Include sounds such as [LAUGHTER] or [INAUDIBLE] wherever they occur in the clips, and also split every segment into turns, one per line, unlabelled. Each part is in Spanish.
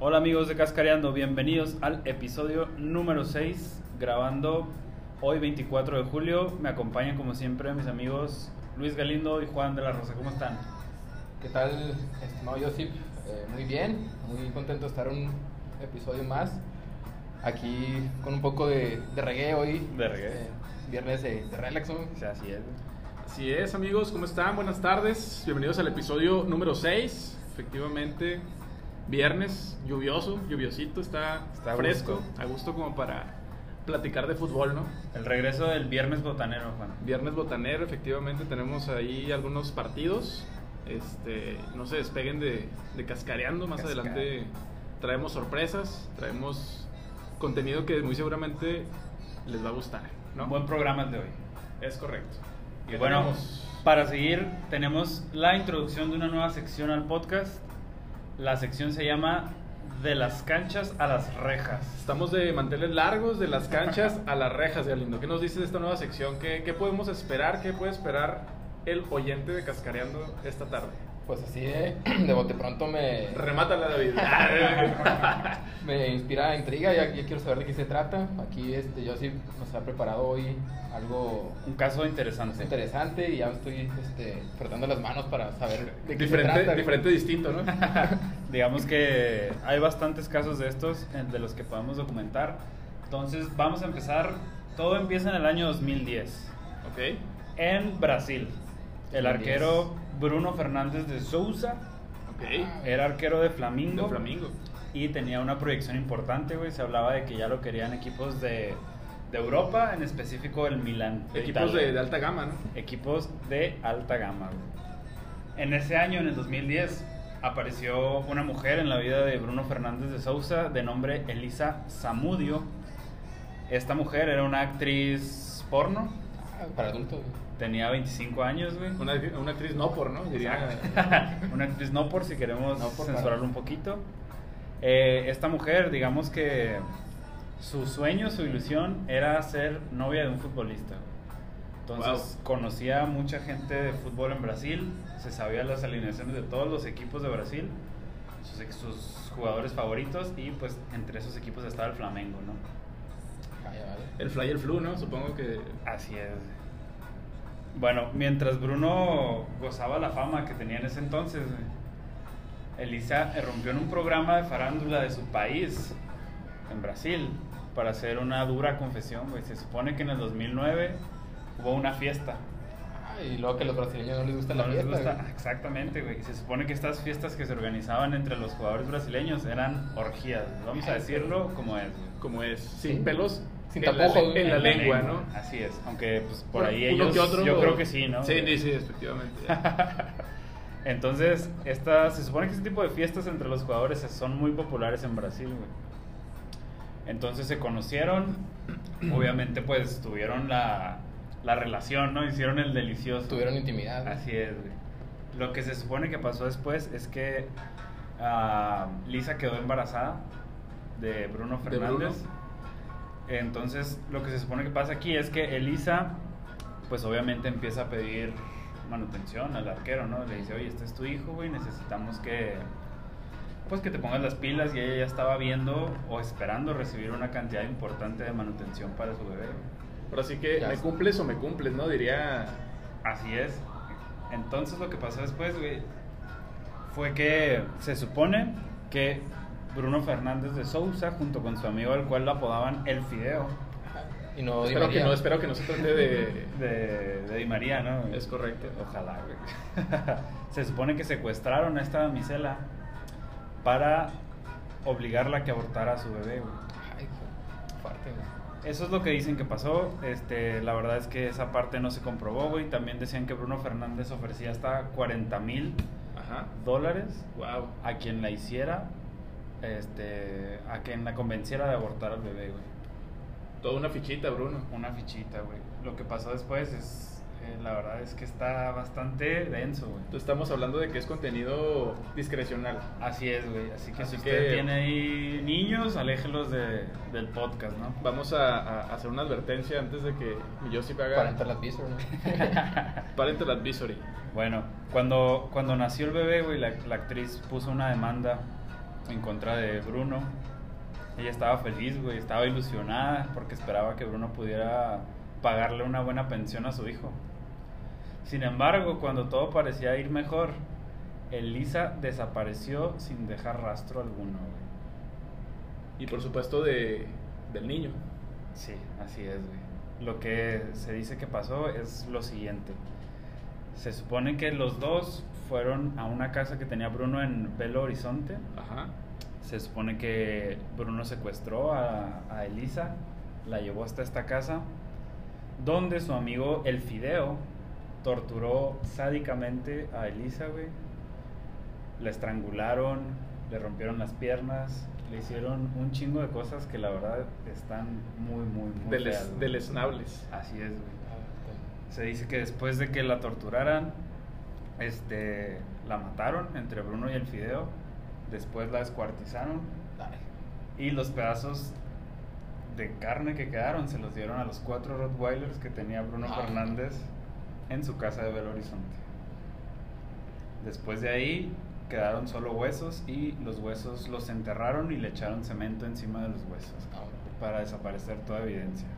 Hola amigos de Cascareando, bienvenidos al episodio número 6, grabando hoy 24 de julio. Me acompañan como siempre mis amigos Luis Galindo y Juan de la Rosa. ¿Cómo están?
¿Qué tal, estimado Josip? Eh, muy bien, muy contento de estar un episodio más. Aquí con un poco de, de reggae hoy.
De reggae.
Eh, viernes de, de relax, ¿no?
O sea, así es.
Así es, amigos, ¿cómo están? Buenas tardes. Bienvenidos al episodio número 6. Efectivamente, viernes, lluvioso, lluviosito, está,
Está a
fresco,
gusto.
a gusto como para platicar de fútbol, ¿no?
El regreso del viernes botanero, Juan.
Viernes botanero, efectivamente, tenemos ahí algunos partidos. Este, no se despeguen de, de cascareando, más
Casca-
adelante traemos sorpresas, traemos contenido que muy seguramente les va a gustar, ¿no?
Un buen programa el de hoy.
es correcto.
Y
¿Qué
bueno,
tenemos?
para seguir tenemos la introducción de una nueva sección al podcast. La sección se llama De las canchas a las rejas.
Estamos de manteles largos, de las canchas a las rejas, Galindo. ¿Qué nos dices de esta nueva sección? ¿Qué, qué podemos esperar? ¿Qué puede esperar el oyente de Cascareando esta tarde?
Pues así de, [CLEARS THROAT] de bote pronto me,
Remátala, David. Ah,
me inspira intriga, ya, ya quiero saber de qué se trata. Aquí este, Josip nos ha preparado hoy algo
Un caso interesante.
interesante y ya me estoy este, frotando las manos para saber de qué se
diferente,
trata.
diferente, distinto, ¿no?
Digamos que hay bastantes casos de estos eh, de los que podemos documentar. Entonces vamos a empezar. Todo empieza en el año 2010
ok.
en Brasil. El
2010.
arquero Bruno Fernández de Souza
Ok.
era arquero de
De
Flamengo.
Flamingo.
y tenía una proyección importante, güey. Se hablaba de que ya lo querían equipos de, de Europa, en específico el Milan. de
Equipos
Italia.
de, de alta gama, ¿no?
Equipos de alta gama, güey. En ese año, en el 2010, apareció una mujer en la vida de Bruno Fernández de Sousa, de nombre Elisa Zamudio. Esta mujer era una actriz porno,
Ah, para adultos.
tenía 25 años, güey.
Una, una actriz no por, ¿no? Diría.
Una actriz no por si queremos
No por
censurarlo un poquito. Eh, esta mujer, digamos que su sueño, su ilusión era ser novia de un futbolista. Entonces conocía a mucha gente de fútbol en Brasil, se sabía las alineaciones de todos los equipos de Brasil, sus, ex- sus jugadores favoritos y pues entre esos equipos estaba el Flamengo, ¿no?
Ah, ya, vale.
[LAUGHS] El fly, el flu, ¿no? Supongo que.
Así es. Bueno, mientras Bruno gozaba la fama que tenía en ese entonces, güey, Elisa rompió en un programa de farándula de su país, en Brasil, para hacer una dura confesión. güey. Se supone que en el 2009 hubo una fiesta.
Ah, y luego que a los brasileños no les gusta
No
la
les
fiesta.
gusta-
güey.
Exactamente, güey. Se supone que estas fiestas que se organizaban entre los jugadores brasileños eran orgías. Vamos a decirlo como es. güey.
Como es. Sin
Sí.
pelos.
Sin
en la,
tapujos,
le- en la
en la
lengua, ¿no?
Así es. Aunque pues, por
Bueno,
ahí
uno
ellos.
que otro-
yo creo que sí, ¿no?
Sí, sí, sí, efectivamente.
Entonces, esta, se supone que este tipo de fiestas entre los jugadores son muy populares en Brasil, güey. Entonces se conocieron, obviamente pues tuvieron la, la relación, ¿no? Hicieron el delicioso.
Tuvieron intimidad. güey.
Así es, güey. Lo que se supone que pasó después es que ah, Lisa quedó embarazada de Bruno
De Bruno.
Fernández. Entonces, lo que se supone que pasa aquí es que Elisa, pues obviamente empieza a pedir manutención al arquero, ¿no? Le dice, oye, este es tu hijo, güey, necesitamos que, pues que te pongas las pilas y ella ya estaba viendo o esperando recibir una cantidad importante de manutención para su bebé. güey.
Ahora sí que,
Ya
¿me
está.
cumples o me cumples, no? Diría
Así es. Entonces lo que pasó después, güey, fue que se supone que Bruno Fernández de Sousa, junto con su amigo al cual lo apodaban El Fideo,
Y no Di
espero que
María.
no, espero que no se
[LAUGHS]
trate de...
de, de Di María, ¿no?
Es correcto.
Ojalá, güey. [LAUGHS] se supone que secuestraron a esta damisela para obligarla a que abortara a su bebé, güey.
Ay, qué fuerte, güey.
Eso es lo que dicen que pasó. Este, la verdad es que esa parte no se comprobó, güey. También decían que Bruno Fernández ofrecía hasta 40 mil
Ajá.
dólares
Wow.
a quien la hiciera, este, a quien la convenciera de abortar al bebé, güey.
Toda una fichita, Bruno.
Una fichita, güey. Lo que pasó después es, eh, la verdad es que está bastante denso, güey.
Entonces estamos hablando de que es contenido discrecional.
Así es, güey. Así que si
Así
usted
que-
tiene ahí niños, aléjelos de, del podcast, ¿no?
Vamos a, a hacer una advertencia antes de que mi Josip haga...
Para entrar las visor, [LAUGHS] ¿no?
Parental Advisory.
Bueno, cuando, cuando nació el bebé, güey, la, la actriz puso una demanda en contra de Bruno. Ella estaba feliz, güey, estaba ilusionada porque esperaba que Bruno pudiera pagarle una buena pensión a su hijo. Sin embargo, cuando todo parecía ir mejor, Elisa desapareció sin dejar rastro alguno, güey.
Y por supuesto de, del niño.
Sí, así es, güey. Lo que se dice que pasó es lo siguiente. Se supone que los dos fueron a una casa que tenía Bruno en Belo Horizonte.
Ajá.
Se supone que Bruno secuestró a, a Elisa, la llevó hasta esta casa, donde su amigo El Fideo torturó sádicamente a Elisa, güey. La estrangularon, le rompieron las piernas, le hicieron un chingo de cosas que la verdad están muy, muy, muy
Del,
feas,
es-
güey.
del esnables.
Así es, güey. Se dice que después de que la torturaran, este, la mataron entre Bruno y el Fideo. Después la descuartizaron
Ay,
y los pedazos de carne que quedaron se los dieron a los cuatro Rottweilers que tenía Bruno
Ah.
Fernández en su casa de Belo Horizonte. Después de ahí quedaron solo huesos y los huesos los enterraron y le echaron cemento encima de los huesos
no, hombre,
para desaparecer toda evidencia.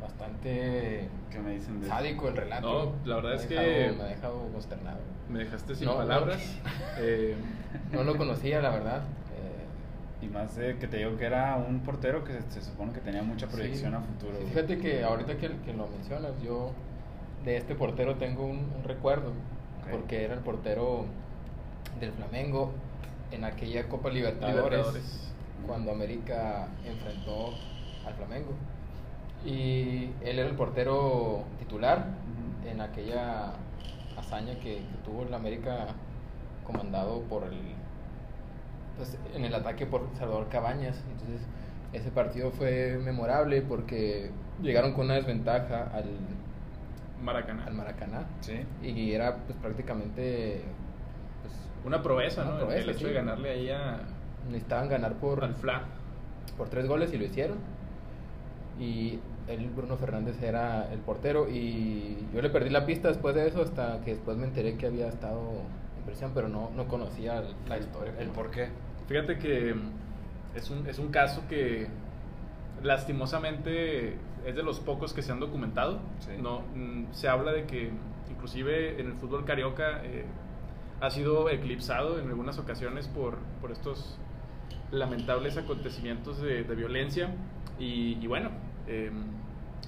Bastante
¿Qué me dicen de eso?
sádico el relato.
No, la verdad
Me ha
es
dejado-
que-
Me ha dejado consternado.
Me dejaste sin
No, no.
palabras. Eh,
No lo conocía, la verdad. Eh,
Y más de que te digo que era un portero que se, se supone que tenía mucha proyección
Sí.
a futuro.
Sí,
güey.
fíjate que ahorita que, que lo mencionas, yo de este portero tengo un, un recuerdo,
Ok.
porque era el portero del Flamengo en aquella Copa Libertadores,
Libertadores.
cuando América enfrentó al Flamengo. Y él era el portero titular
Ujú.
en aquella hazaña que, que tuvo el América comandado por el pues, en el ataque por Salvador Cabañas. Entonces, ese partido fue memorable porque llegaron con una desventaja al,
Maracaná.
al Maracaná
Sí.
y era pues, prácticamente. Pues,
Una proeza,
Una
¿no? El-
proeza,
el hecho
sí.
de ganarle ahí a,
necesitaban ganar por,
al FLA.
por tres goles y lo hicieron. Y él, Bruno Fernández, era el portero. Y yo le perdí la pista después de eso hasta que después me enteré que había estado en prisión, pero no, no conocía la historia.
El
como-
por qué.
Fíjate que mm, es un, es un caso que lastimosamente es de los pocos que se han documentado.
Sí.
No, mm, se habla de que inclusive en el fútbol carioca eh, ha sido eclipsado en algunas ocasiones por, por estos lamentables acontecimientos de, de violencia. Y, y bueno, eh,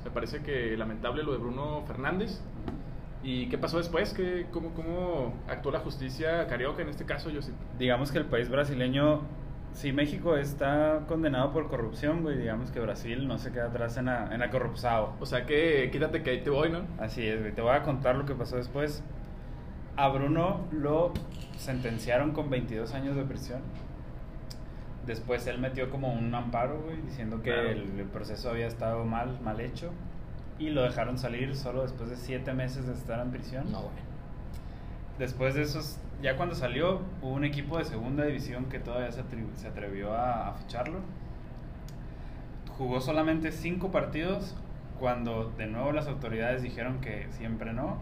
me parece que lamentable lo de Bruno Fernández. ¿Y qué pasó después? ¿Qué, cómo, ¿Cómo actuó la justicia carioca en este caso, Josip?
Digamos que el país brasileño, si México está condenado por corrupción, güey, digamos que Brasil no se queda atrás en la, en la corrupción.
O sea que quítate que ahí te voy, ¿no?
Así es, güey. Te voy a contar lo que pasó después. A Bruno lo sentenciaron con 22 años de prisión. Después él metió como un amparo, güey, diciendo que
Claro.
el, el proceso había estado mal, mal hecho. Y lo dejaron salir solo después de 7 meses de estar en prisión.
No, bueno.
Después de esos, ya cuando salió, hubo un equipo de segunda división que todavía se, atri- se atrevió a, a ficharlo. Jugó solamente cinco partidos cuando de nuevo las autoridades dijeron que siempre no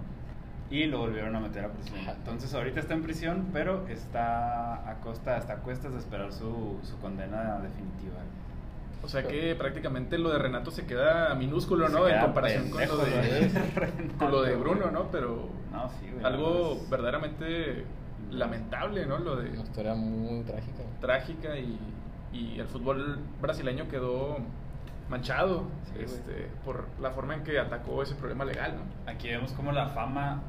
y lo volvieron a meter a prisión. Entonces ahorita está en prisión, pero está a costa, hasta a cuestas de esperar su, su condena definitiva.
O sea que prácticamente lo de Renato se queda minúsculo, ¿no?
Se
En
queda
comparación con
pendejo,
lo, de,
güey.
[LAUGHS] con lo de Bruno, ¿no? Pero
No, pues sí, güey.
algo
es-
verdaderamente lamentable, ¿no? Lo de
Una historia muy trágica.
trágica y, y el fútbol brasileño quedó manchado
Sí, güey.
este, por la forma en que atacó ese problema legal, ¿no?
Aquí vemos como la fama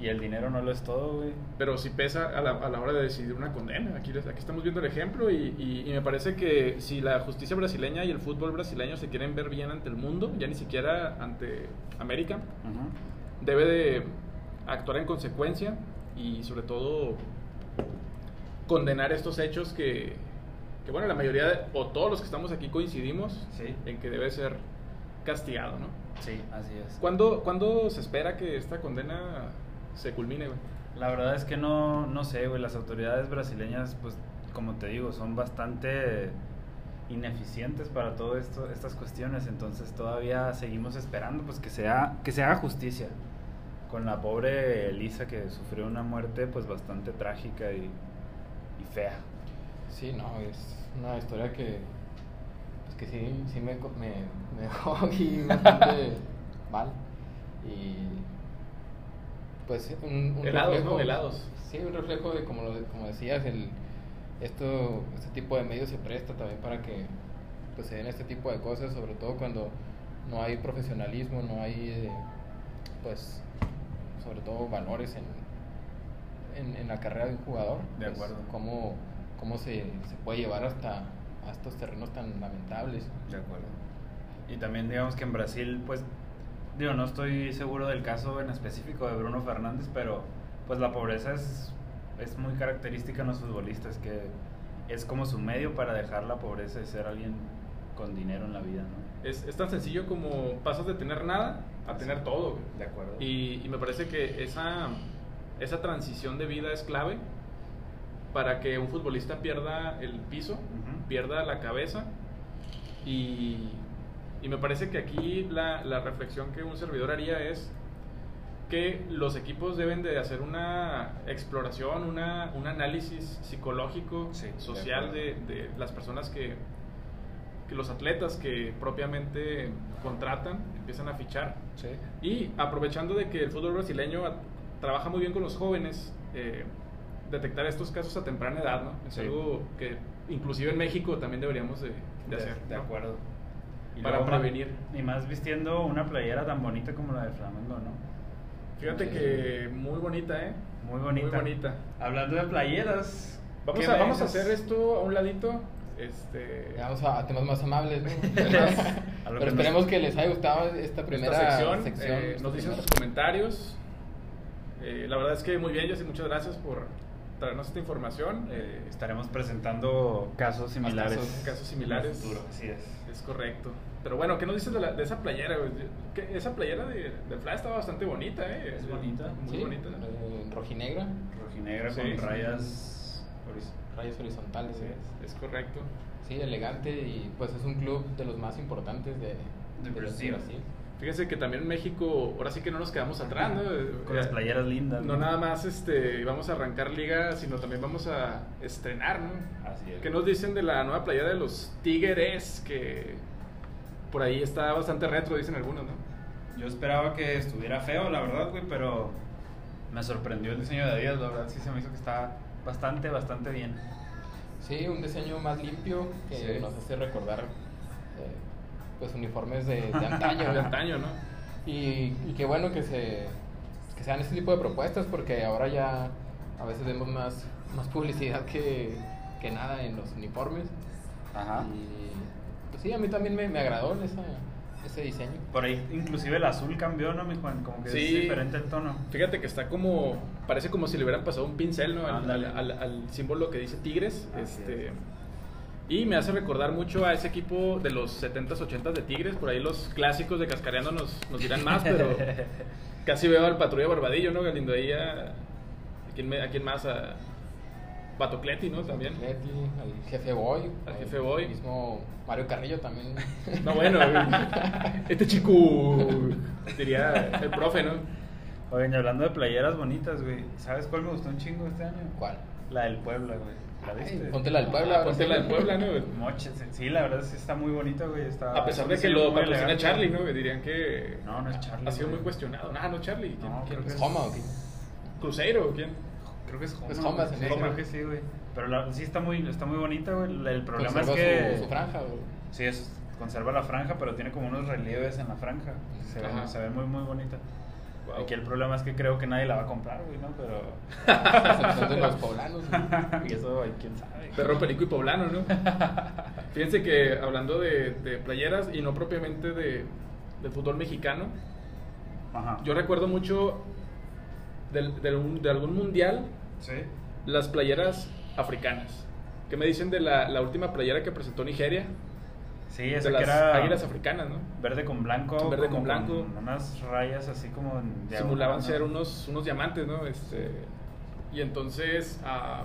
y el dinero no lo es todo, güey.
Pero sí pesa a la, a la hora de decidir una condena. Aquí, les- aquí estamos viendo el ejemplo y, y- y me parece que si la justicia brasileña y el fútbol brasileño se quieren ver bien ante el mundo, ya ni siquiera ante América, debe de actuar en consecuencia y sobre todo condenar estos hechos que, que, bueno, la mayoría de- o todos los que estamos aquí coincidimos
Sí.
en que debe ser castigado, ¿no?
Sí, así es.
¿Cuándo, cuándo se espera que esta condena se culmine, güey?
La verdad es que no, no sé, güey. Las autoridades brasileñas, pues, como te digo, son bastante ineficientes para todo esto, estas cuestiones. Entonces todavía seguimos esperando, pues, que sea, que se haga justicia. Con la pobre Elisa que sufrió una muerte, pues, bastante trágica y, y fea.
Sí, no, es una historia que. Pues que sí, sí me, co- me, [LAUGHS] me dejó aquí
[LAUGHS]
bastante mal. Y. Pues un, un
Helados,
reflejo.
¿no? Helados.
Sí, un reflejo de, como, lo de- como decías, el, esto, este tipo de medios se presta también para que pues, se den este tipo de cosas, sobre todo cuando no hay profesionalismo, no hay, eh, pues, sobre todo valores en, en, en la carrera de un jugador.
De
pues,
acuerdo.
Cómo, cómo se, se puede llevar hasta a estos terrenos tan lamentables.
De acuerdo. Y también digamos que en Brasil, pues, digo, no estoy seguro del caso en específico de Bruno Fernández, pero pues la pobreza es, es muy característica en los futbolistas, que es como su medio para dejar la pobreza y ser alguien con dinero en la vida, ¿no?
Es, es tan sencillo como pasas de tener nada a tener todo. güey.
De acuerdo.
Y, y me parece que esa, esa transición de vida es clave para que un futbolista pierda el piso,
Ujú.
pierda la cabeza. Y, y me parece que aquí la, la reflexión que un servidor haría es que los equipos deben de hacer una exploración, una, un análisis psicológico,
Sí, de
social de, de las personas que, que los atletas que propiamente contratan, empiezan a fichar.
Sí.
Y aprovechando de que el fútbol brasileño a- trabaja muy bien con los jóvenes, eh, detectar estos casos a temprana edad, ¿no? Es
Sí.
algo que inclusive en México también deberíamos de, de hacer.
de
¿no?
acuerdo.
Para
luego ma-
prevenir.
Y más vistiendo una playera tan bonita como la de Flamengo, ¿no?
Fíjate
Sí.
que muy bonita, ¿eh?
Muy bonita.
Muy bonita.
Hablando de playeras.
Vamos
¿qué
a, vamos a
ves?
hacer esto a un ladito. Este,
Ya Vamos Ah, a, a temas
[LAUGHS]
más amables, ¿no?
A lo
Pero
que
esperemos
nos-
que les haya gustado esta primera
esta sección,
sección,
eh,
esta
nos dicen
primera-
sus comentarios. Eh, la verdad es que muy bien, Jesse, muchas gracias por traernos esta información. Eh,
Estaremos presentando casos similares.
Casos-
casos similares.
En el futuro, así es.
Es correcto. Pero bueno, ¿qué nos dices de, la- de esa playera? güey? Que esa playera de, de Flash estaba bastante bonita, ¿eh?
Es bonita.
Muy
Sí,
bonita.
eh, rojinegra,
Rojinegra
Sí,
con
sí.
rayas. horis-
rayos horizontales.
Sí,
¿no?
es correcto.
Sí, elegante y pues es un club de los más importantes de,
De
los-
Brasil.
Fíjense que también en México, ahora sí que no nos quedamos atrás, ¿no? Eh,
Con las playeras lindas.
No nada más este, vamos a arrancar liga, sino también vamos a estrenar, ¿no?
Así es.
¿Qué nos dicen de la nueva playera de los Tigres? Que por ahí está bastante retro, dicen algunos, ¿no?
Yo esperaba que estuviera feo, la verdad, güey, pero me sorprendió el diseño de Adidas. La verdad, sí se me hizo que está bastante, bastante bien.
Sí, un diseño más limpio que
Sí.
nos hace recordar eh, pues uniformes de,
[LAUGHS]
de antaño. ¿no?
De antaño, ¿no?
Y, y qué bueno que se que sean este tipo de propuestas porque ahora ya a veces vemos más, más publicidad que, que nada en los uniformes.
Ah.
Y pues sí, a mí también me, me agradó esa- ese diseño.
Por ahí, inclusive el azul cambió, ¿no, mi Juan? Como que
Sí.
es diferente el tono.
Fíjate que está como. Parece como si le hubieran pasado un pincel, ¿no? Al,
Ándale.
al- al- al símbolo que dice Tigres.
Así
este,
es.
Y me hace recordar mucho a ese equipo de los 70s, 80s de Tigres. Por ahí los clásicos de Cascareando nos, nos dirán más,
[LAUGHS]
pero casi veo al Patrulla Barbadillo, ¿no? Galindo ahí a. ¿A quién, me- a quién más? A Batocleti, ¿no? También.
Atleti, al jefe Boy.
Al jefe Boy.
mismo Mario Carrillo también.
No, bueno. este chico. Diría el profe, ¿no?
Oigan, y hablando de playeras bonitas, güey, ¿sabes cuál me gustó un chingo este año?
¿Cuál?
La del Puebla, güey. ¿La viste?
Ay, ponte la del Puebla.
Ah, ponte la del Puebla, ¿no?
Moches, sí, la verdad sí está muy bonito, güey. Está,
A pesar de que
sí,
lo
muy
patrocina
elegante.
Charlie, ¿no? Dirían que.
No, no es Charlie.
Ha sido muy
güey.
cuestionado. No, no, Charlie. ¿Quién,
No,
quién?
creo que
¿Es
es-
Pues Homa o qué?
¿Cruzeiro? o ¿Quién?
Creo que es Homa.
Es Homa,
güey.
se me
Sí,
hace.
creo que sí, güey. Pero la- sí está muy, está muy bonita, güey. El- El problema
Conservó
es que.
Pues su, su franja. [LAUGHS] güey.
Sí, es- conserva la franja, pero tiene como unos relieves en la franja. Se ve,
Ajá.
se ve muy, muy bonita.
Wow.
Aquí el problema es que creo que nadie la va a comprar, güey, ¿no? Pero. [LAUGHS]
Son de los poblanos. güey.
y eso, ay, quién sabe.
Perro pelico y poblano,
[LAUGHS]
¿no? Fíjense que hablando de, de playeras y no propiamente de, del fútbol mexicano,
Ajá.
yo recuerdo mucho del- del un- de algún mundial
Sí.
las playeras africanas. ¿Qué me dicen de la, la última playera que presentó Nigeria?
Sí,
De
esa
las
que era.
águilas africanas, ¿no?
Verde con blanco.
Verde
como
con blanco.
unas rayas así como. en diagonal,
simulaban
¿no?
ser unos, unos diamantes, ¿no? Este, y entonces, ah,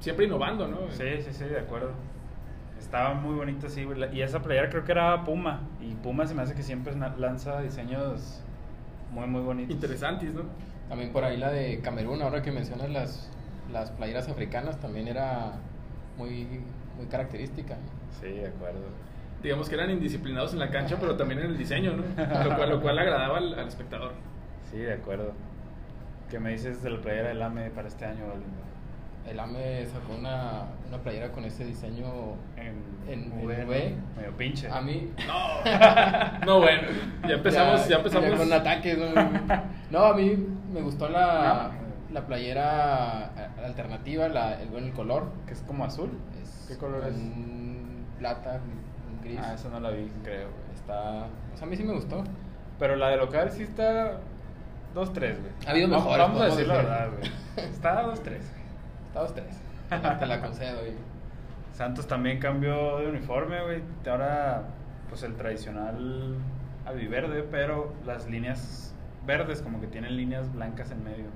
siempre innovando, ¿no?
Sí, sí, sí, de acuerdo. Estaba muy bonita, sí. güey. La- Y esa playera creo que era Puma. Y Puma se me hace que siempre na- lanza diseños muy, muy bonitos.
Interesantes, ¿no?
También por ahí la de Camerún, ahora que mencionas las, las playeras africanas, también era muy, muy característica.
Sí, de acuerdo.
Digamos que eran indisciplinados en la cancha, pero también en el diseño, ¿no? Lo cual, lo cual agradaba al, al espectador.
Sí, de acuerdo. ¿Qué me dices de la playera del AME para este año, Valindo?
El AME sacó una, una playera con ese diseño
En,
En-
UV,
en
¿no?
UV.
Medio pinche.
a mí.
No, no bueno, ya empezamos, ya, empezamos.
ya con ataques. ¿no? No, a mí me gustó la,
Ah.
la playera a- alternativa, la, el buen color.
Que es como azul.
Es
¿Qué color es?
un Plata, un gris.
Ah, esa no la vi, creo. güey.
Está. O sea, a mí sí me gustó.
Pero la de local sí está 2-3, güey.
Ha habido
Vamos-
mejores,
Vamos a
podemos
decir la
decir.
verdad, güey.
[LAUGHS]
Está 2-3. güey.
Está dos tres. Te la- Te la concedo. y-
Santos también cambió de uniforme, güey. Ahora, pues el tradicional aviverde, pero las líneas verdes, como que tienen líneas blancas en medio.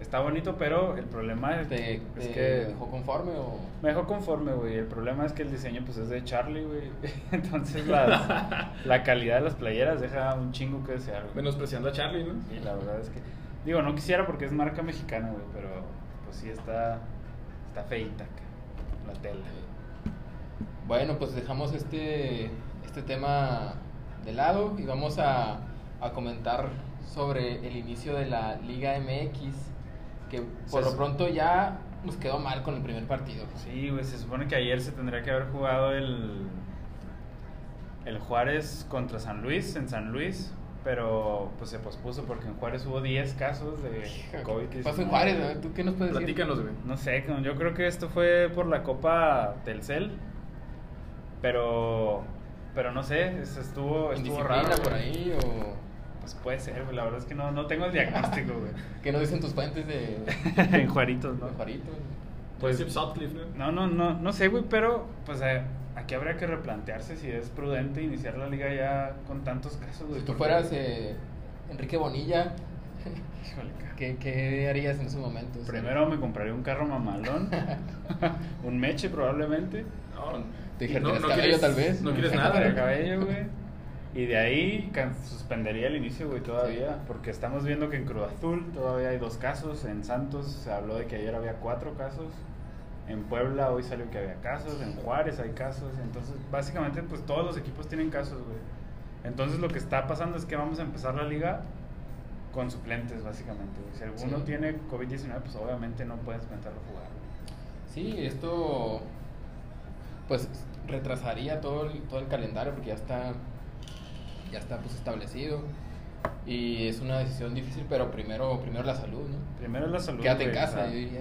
Está bonito, pero el problema es,
¿Te,
es
te
que.
dejó conforme o.?
Me dejó conforme, güey. El problema es que el diseño, pues, es de Charlie, güey. [LAUGHS] Entonces, las- la calidad de las playeras deja un chingo que desear, güey.
Menospreciando a Charlie, ¿no?
Sí, la verdad es que... Digo, no quisiera porque es marca mexicana, güey, pero pues sí está... Está feita acá, la tela.
Bueno, pues dejamos este, este tema de lado y vamos a, a comentar sobre el inicio de la Liga MX, que por
Se-
lo pronto ya nos quedó mal con el primer partido.
Sí, güey, se supone que ayer se tendría que haber jugado el... El Juárez contra San Luis, en San Luis, pero pues se pospuso porque en Juárez hubo 10 casos de COVID.
¿Qué pasó en Juárez? eh? ¿Tú qué nos puedes
Platícanos, güey.
No sé, como yo creo que esto fue por la Copa Telcel, pero... Pero no sé, es- estuvo,
decir?
estuvo
¿Indisciplina
raro.
por
güey.
ahí o
Pues puede ser, güey, la verdad es que no, no tengo el diagnóstico, güey. [LAUGHS]
qué nos dicen tus fuentes de, de
en Juaritos, ¿no?
Juarito?
Pues-
Joseph Sutcliffe, ¿no?
No, no, no, no sé, güey, pero pues eh, aquí habría que replantearse si es prudente iniciar la liga ya con tantos casos, güey.
Si tú
porque-
fueras eh, Enrique Bonilla,
Híjole, cabrón.
¿qué, qué harías en ese momento? O sea,
Primero me compraría un carro mamalón, [LAUGHS] un meche probablemente,
No,
Te injertarías cabello, tal vez.
No
[LAUGHS]
quieres
un
nada.
corte de
güey.
cabello, güey. Y de ahí can- suspendería el inicio, güey, todavía.
Sí.
Porque estamos viendo que en Cruz Azul todavía hay dos casos. En Santos se habló de que ayer había cuatro casos. En Puebla hoy salió que había casos. En Juárez hay casos. Entonces, básicamente, pues todos los equipos tienen casos, güey. Entonces, lo que está pasando es que vamos a empezar la liga con suplentes, básicamente. güey. Si alguno
Sí.
tiene COVID-19, pues obviamente no puedes meterlo a jugar. güey.
Sí, esto pues retrasaría todo el, todo el calendario porque ya está ya está pues establecido y es una decisión difícil, pero primero primero la salud, ¿no?
Primero es la salud.
Quédate en
güey, o
casa,
sea,
yo diría.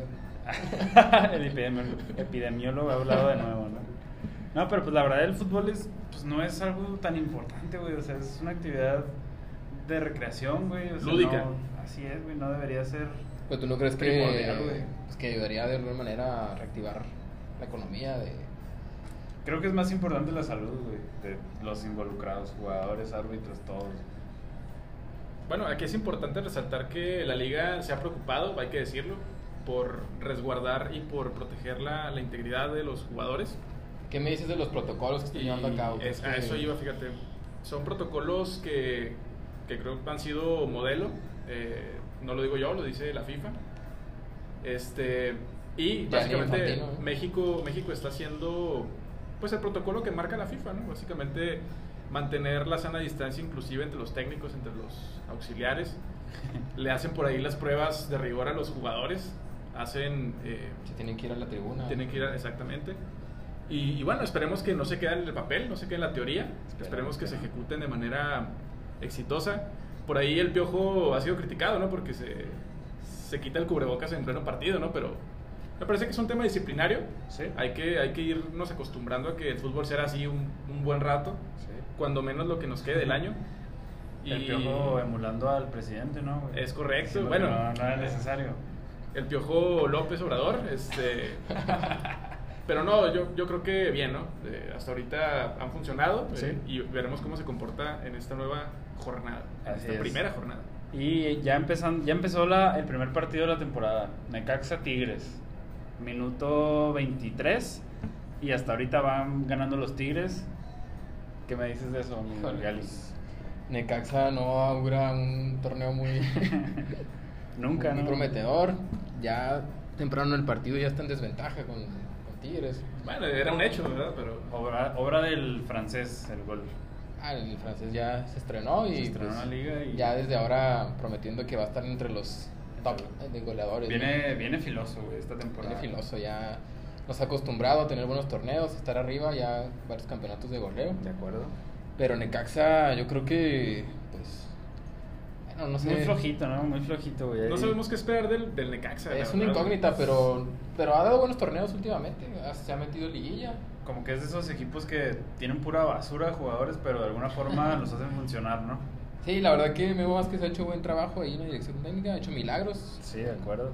[LAUGHS] el epidemiólogo, epidemiólogo ha hablado de nuevo, ¿no? No, pero pues la verdad el fútbol es, pues no es algo tan importante, güey. O sea, es una actividad de recreación, güey. o sea,
Lúdica.
no- así es, güey. No debería ser.
Pero Pues, tú no crees
Primordial,
que
güey.
pues, que ayudaría de alguna manera a reactivar la economía de
Creo que es más importante la salud, güey. De los involucrados, jugadores, árbitros, todos.
Bueno, aquí es importante resaltar que la liga se ha preocupado, hay que decirlo, por resguardar y por proteger la, la integridad de los jugadores.
¿Qué me dices de los protocolos que están
Y
llevando a cabo? ¿Crees
es- a
pues, que-
eso iba, fíjate. Son protocolos que, que creo que han sido modelo. eh, no lo digo yo, lo dice la FIFA. Este,
Gianni
y básicamente
Infantino, ¿no?
México, México está haciendo pues el protocolo que marca la FIFA, ¿no? Básicamente mantener la sana distancia inclusive entre los técnicos, entre los
[LAUGHS]
auxiliares. Le hacen por ahí las pruebas de rigor a los jugadores. Hacen eh,
Se tienen que ir a la
Ah.
tribuna.
tienen que ir a- exactamente. Y, y bueno, esperemos que no se quede en el papel, no se quede en la teoría.
Esperemos
Esperemos que
que
se
no.
ejecuten de manera exitosa. Por ahí el piojo ha sido criticado, ¿no? Porque se, se quita el cubrebocas en pleno partido, ¿no? Pero me parece que es un tema disciplinario.
¿Sí?
Hay que, hay que irnos acostumbrando a que el fútbol será así un, un buen rato,
sí.
cuando menos lo que nos quede del año.
El piojo emulando al presidente, ¿no? güey?
Es correcto,
Diciendo que
bueno.
No, no era necesario.
El Piojo López Obrador,
[LAUGHS]
este... Pero no, yo, yo creo que bien, ¿no? Eh, hasta ahorita han funcionado eh,
Sí.
y veremos cómo se comporta en esta nueva jornada, en
Así
esta
es.
primera jornada.
Y ya, empezan, ya empezó la, el primer partido de la temporada. Necaxa Tigres. Minuto 23. Y hasta ahorita van ganando los Tigres. ¿Qué me dices de eso, mi
Híjole.
Gali?
[LAUGHS] Necaxa no augura un torneo
[LAUGHS]
muy
Nunca,
muy
¿no?
prometedor. Ya temprano en el partido ya está en desventaja con, con Tigres.
Bueno, era un hecho, ¿verdad? Pero
Obra, obra del francés, el gol.
Ah, el francés ya se estrenó y
Se estrenó
pues,
en la liga y-
ya desde ahora prometiendo que va a estar entre los top de goleadores.
Viene, viene filoso, güey, esta
¿no?
temporada.
Viene filoso, ya nos ha acostumbrado a tener buenos torneos, estar arriba, ya varios campeonatos de goleo.
De acuerdo.
Pero Necaxa, yo creo que, pues, bueno, no sé.
Muy flojito, ¿no? Muy flojito, güey.
no
Ahí-
sabemos qué esperar del, del Necaxa.
Es
la
una
verdad.
incógnita,
pues.
pero, pero ha dado buenos torneos últimamente. ha- Se ha metido en liguilla.
Como que es de esos equipos que tienen pura basura de jugadores, pero de alguna
[LAUGHS]
forma los hacen funcionar, ¿no?
Sí, la verdad que Memo Vázquez ha hecho buen trabajo ahí en la dirección técnica, ha hecho milagros.
Sí, de acuerdo.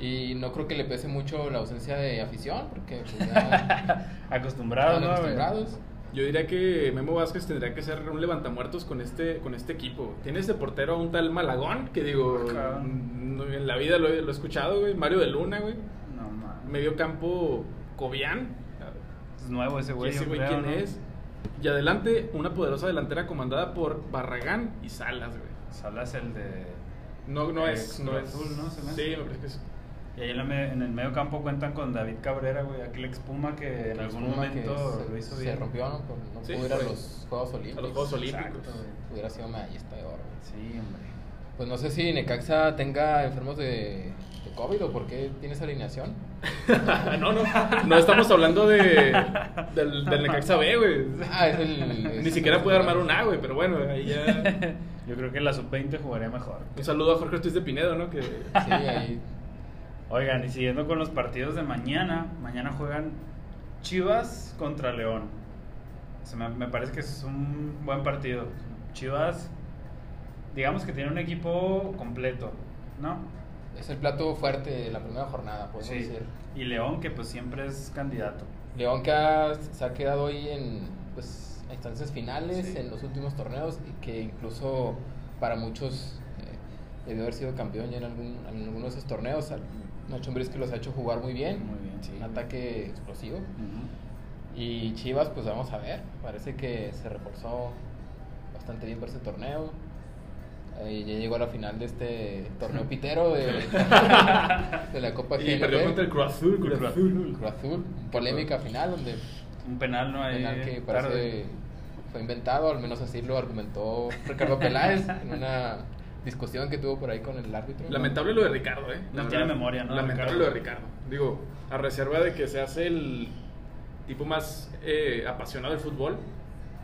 Y no creo que le pese mucho la ausencia de afición, porque pues, ya
[LAUGHS] Acostumbrados,
están
¿no? güey?
acostumbrados.
Yo diría que Memo Vázquez tendría que ser un levantamuertos con este, con este equipo. Tiene este portero a un tal Malagón, que digo,
Ajá.
no- en la vida lo, he- lo he escuchado, güey. Mario de Luna, güey.
No, mames.
Medio campo Cobian.
Es nuevo ese Este güey.
ese
yo
güey
creo,
quién
¿no?
es. Y adelante, una poderosa delantera comandada por Barragán y Salas, güey.
Salas el de...
No, no
Eh,
es.
Cruz
No es.
Azul, ¿no? Se me hace.
Sí, me parece que es.
Y ahí en, la me- en el medio campo cuentan con David Cabrera, güey. Aquel expuma que en
Pues,
algún
Puma que
momento
se,
lo hizo
se
bien.
rompió, ¿no? Por no
Sí,
pudo ir a
fue-
los Juegos Olímpicos.
A los Juegos
Exacto,
Olímpicos.
güey.
Hubiera sido medallista de oro. güey.
Sí, [LAUGHS] hombre.
Pues no sé si Necaxa tenga enfermos de, de COVID o por qué tiene esa alineación.
no, no. No estamos hablando de, del, del Necaxa B, güey.
Ah, es
[LAUGHS]
el. es
Ni
el-
siquiera puede armar un A, güey, pero bueno, ahí ya.
Yo creo que la sub-20 jugaría mejor.
Un saludo a Jorge Ortiz de Pinedo, ¿no? Que
Sí, ahí.
Oigan, y siguiendo con los partidos de mañana, mañana juegan Chivas contra León. Se me, me parece que es un buen partido. Chivas, digamos que tiene un equipo completo, ¿no?
Es el plato fuerte de la primera jornada, podemos decir.
Y León, que pues siempre es candidato.
León que ha- se ha quedado ahí en pues, a instancias finales
Sí.
en los últimos torneos y que incluso para muchos eh, debió haber sido campeón ya en, algún, en alguno de esos torneos. Al- Nacho Ambriz que los ha hecho jugar muy bien,
Muy bien, sí.
un ataque explosivo.
Ujú.
Y Chivas, pues vamos a ver, parece que se reforzó bastante bien para ese torneo. Eh, ya llegó a la final de este torneo pitero de, de la Copa
y
GNP.
perdió contra el Cruz Azul, Cruz
Cruz
Azul.
Cruz Azul, polémica final donde
Un penal no hay.
penal que parece fue inventado, al menos así lo argumentó Ricardo Peláez en una discusión que tuvo por ahí con el árbitro.
Lamentable lo de Ricardo, ¿eh?
No
La
Pues tiene
verdad,
memoria, ¿no?
Lamentable
Ricardo.
lo de Ricardo. Digo, a reserva de que se hace el tipo más eh, apasionado del fútbol,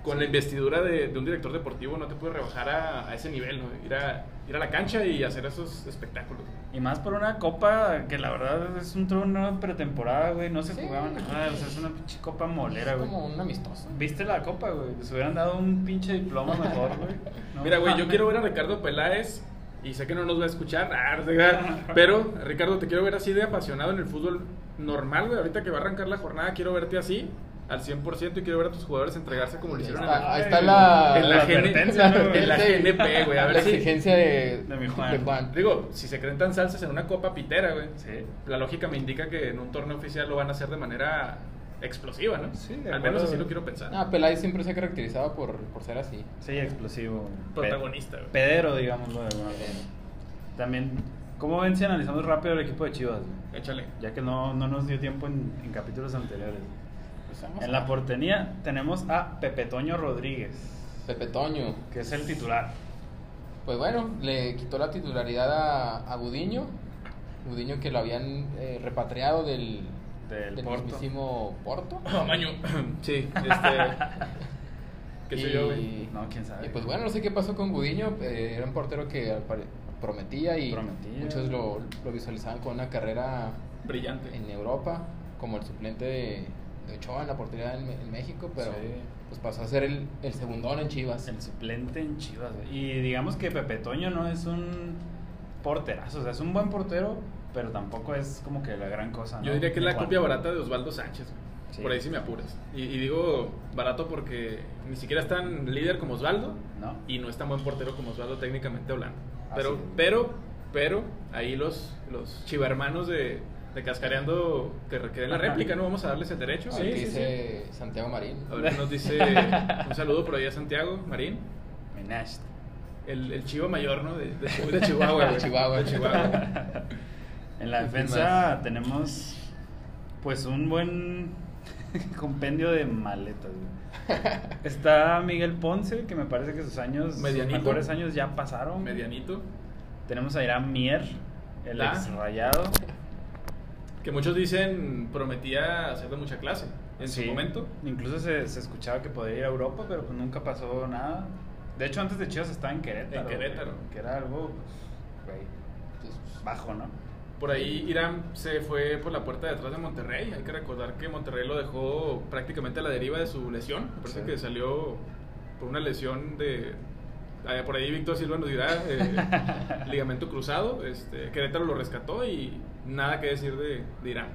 con la investidura de, de un director deportivo no te puedes rebajar a, a ese nivel, ¿no? Ir a, ir a la cancha y hacer esos espectáculos.
Y más por una copa que la verdad es un torneo de pretemporada, güey. No se
Sí.
jugaba nada. O sea, es una pinche copa molera,
Es
güey.
como un amistoso.
¿Viste la copa, güey? Les hubieran dado un pinche diploma mejor,
[LAUGHS]
güey. No
Mira, güey, yo
mames.
quiero ver a Ricardo Peláez y sé que no nos va a escuchar, ah, de
[LAUGHS]
verdad, pero Ricardo, te quiero ver así de apasionado en el fútbol normal, güey. Ahorita que va a arrancar la jornada, quiero verte así, al 100% y quiero ver a tus jugadores entregarse como lo hicieron en
Está-
la,
ahí está la-
en la,
la
GN
advertencia, ¿no, güey?
[LAUGHS] en la GNP, güey. A ver
la
si.
exigencia de,
De mi Juan.
Digo, si se creen tan salsas en una copa pitera, güey.
Sí.
La lógica me indica que en un torneo oficial lo van a hacer de manera explosiva, ¿no?
Sí, de
Al
acuerdo.
menos así lo quiero pensar.
Ah, Peláez siempre se ha caracterizado por, por ser así.
Sí, explosivo.
Protagonista, güey.
Pe- Pedero, digámoslo de alguna forma. También, ¿cómo ven si analizamos rápido el equipo de Chivas? güey?
Échale.
Ya que no, no nos dio tiempo en, en capítulos anteriores.
Pues vamos
En
a-
la portería tenemos a Pepe Toño Rodríguez,
Pepe Toño.
que es el titular.
Pues bueno, le quitó la titularidad a, a Gudiño. Gudiño que lo habían eh, repatriado del,
Del
del
Porto.
mismísimo Porto.
[COUGHS]
Tamaño. [COUGHS]
[LAUGHS]
Sí, este. ¿Qué soy yo, güey?
Y-
No, quién sabe.
Y pues bueno, no sé qué pasó con Gudiño. eh, era un portero que apare- prometía y
Prometía.
muchos lo, lo visualizaban con una carrera
Brillante.
en Europa, como el suplente de, de Ochoa en la portería en, Me- en México, pero
Sí.
pues pasó a ser el, el segundón en Chivas.
El suplente en Chivas, güey. Y digamos que Pepe Toño no es un porterazo, o sea, es un buen portero, pero tampoco es como que la gran cosa. ¿no?
Yo diría que es la
Igual.
copia barata de Osvaldo Sánchez. güey.
Sí.
Por ahí sí me apuras. Y, y digo barato porque ni siquiera es tan líder como Osvaldo
¿No?
y no es tan buen portero como Osvaldo técnicamente hablando.
Así
Pero,
es.
pero, pero, ahí los, los chivermanos de, de Cascareando que requieren la
Ajá.
réplica, ¿no? Vamos a darles el derecho.
A ver qué dice Santiago Marín.
A ver qué
[LAUGHS]
nos dice. Un saludo por ahí a Santiago Marín.
Menage.
El, el chivo mayor, ¿no? De, de Chihu- de Chihuahua. güey.
De Chihuahua.
De Chihuahua.
En la
¿Y quién
defensa tenemos Pues un buen [LAUGHS] compendio de maletas,
[LAUGHS]
güey. Está Miguel Ponce, que me parece que sus años,
Medianito.
sus mejores años ya pasaron.
Medianito.
Tenemos a Irán Mier, el
Ah.
ex rayado.
Que muchos dicen prometía hacer de mucha clase en
Sí.
su momento.
Incluso se, se escuchaba que podía ir a Europa, pero pues nunca pasó nada. De hecho, antes de Chivas estaba en Querétaro.
En Querétaro.
güey, Que era algo pues, güey,
Entonces, pues,
bajo, ¿no?
Por ahí Irán se fue por la puerta de atrás de Monterrey. Hay que recordar que Monterrey lo dejó prácticamente a la deriva de su lesión. Me parece
Sí.
que salió por una lesión de... ah, Por ahí Víctor Silva nos dirá, eh, ligamento cruzado. Este, Querétaro lo rescató y nada que decir de, de Irán.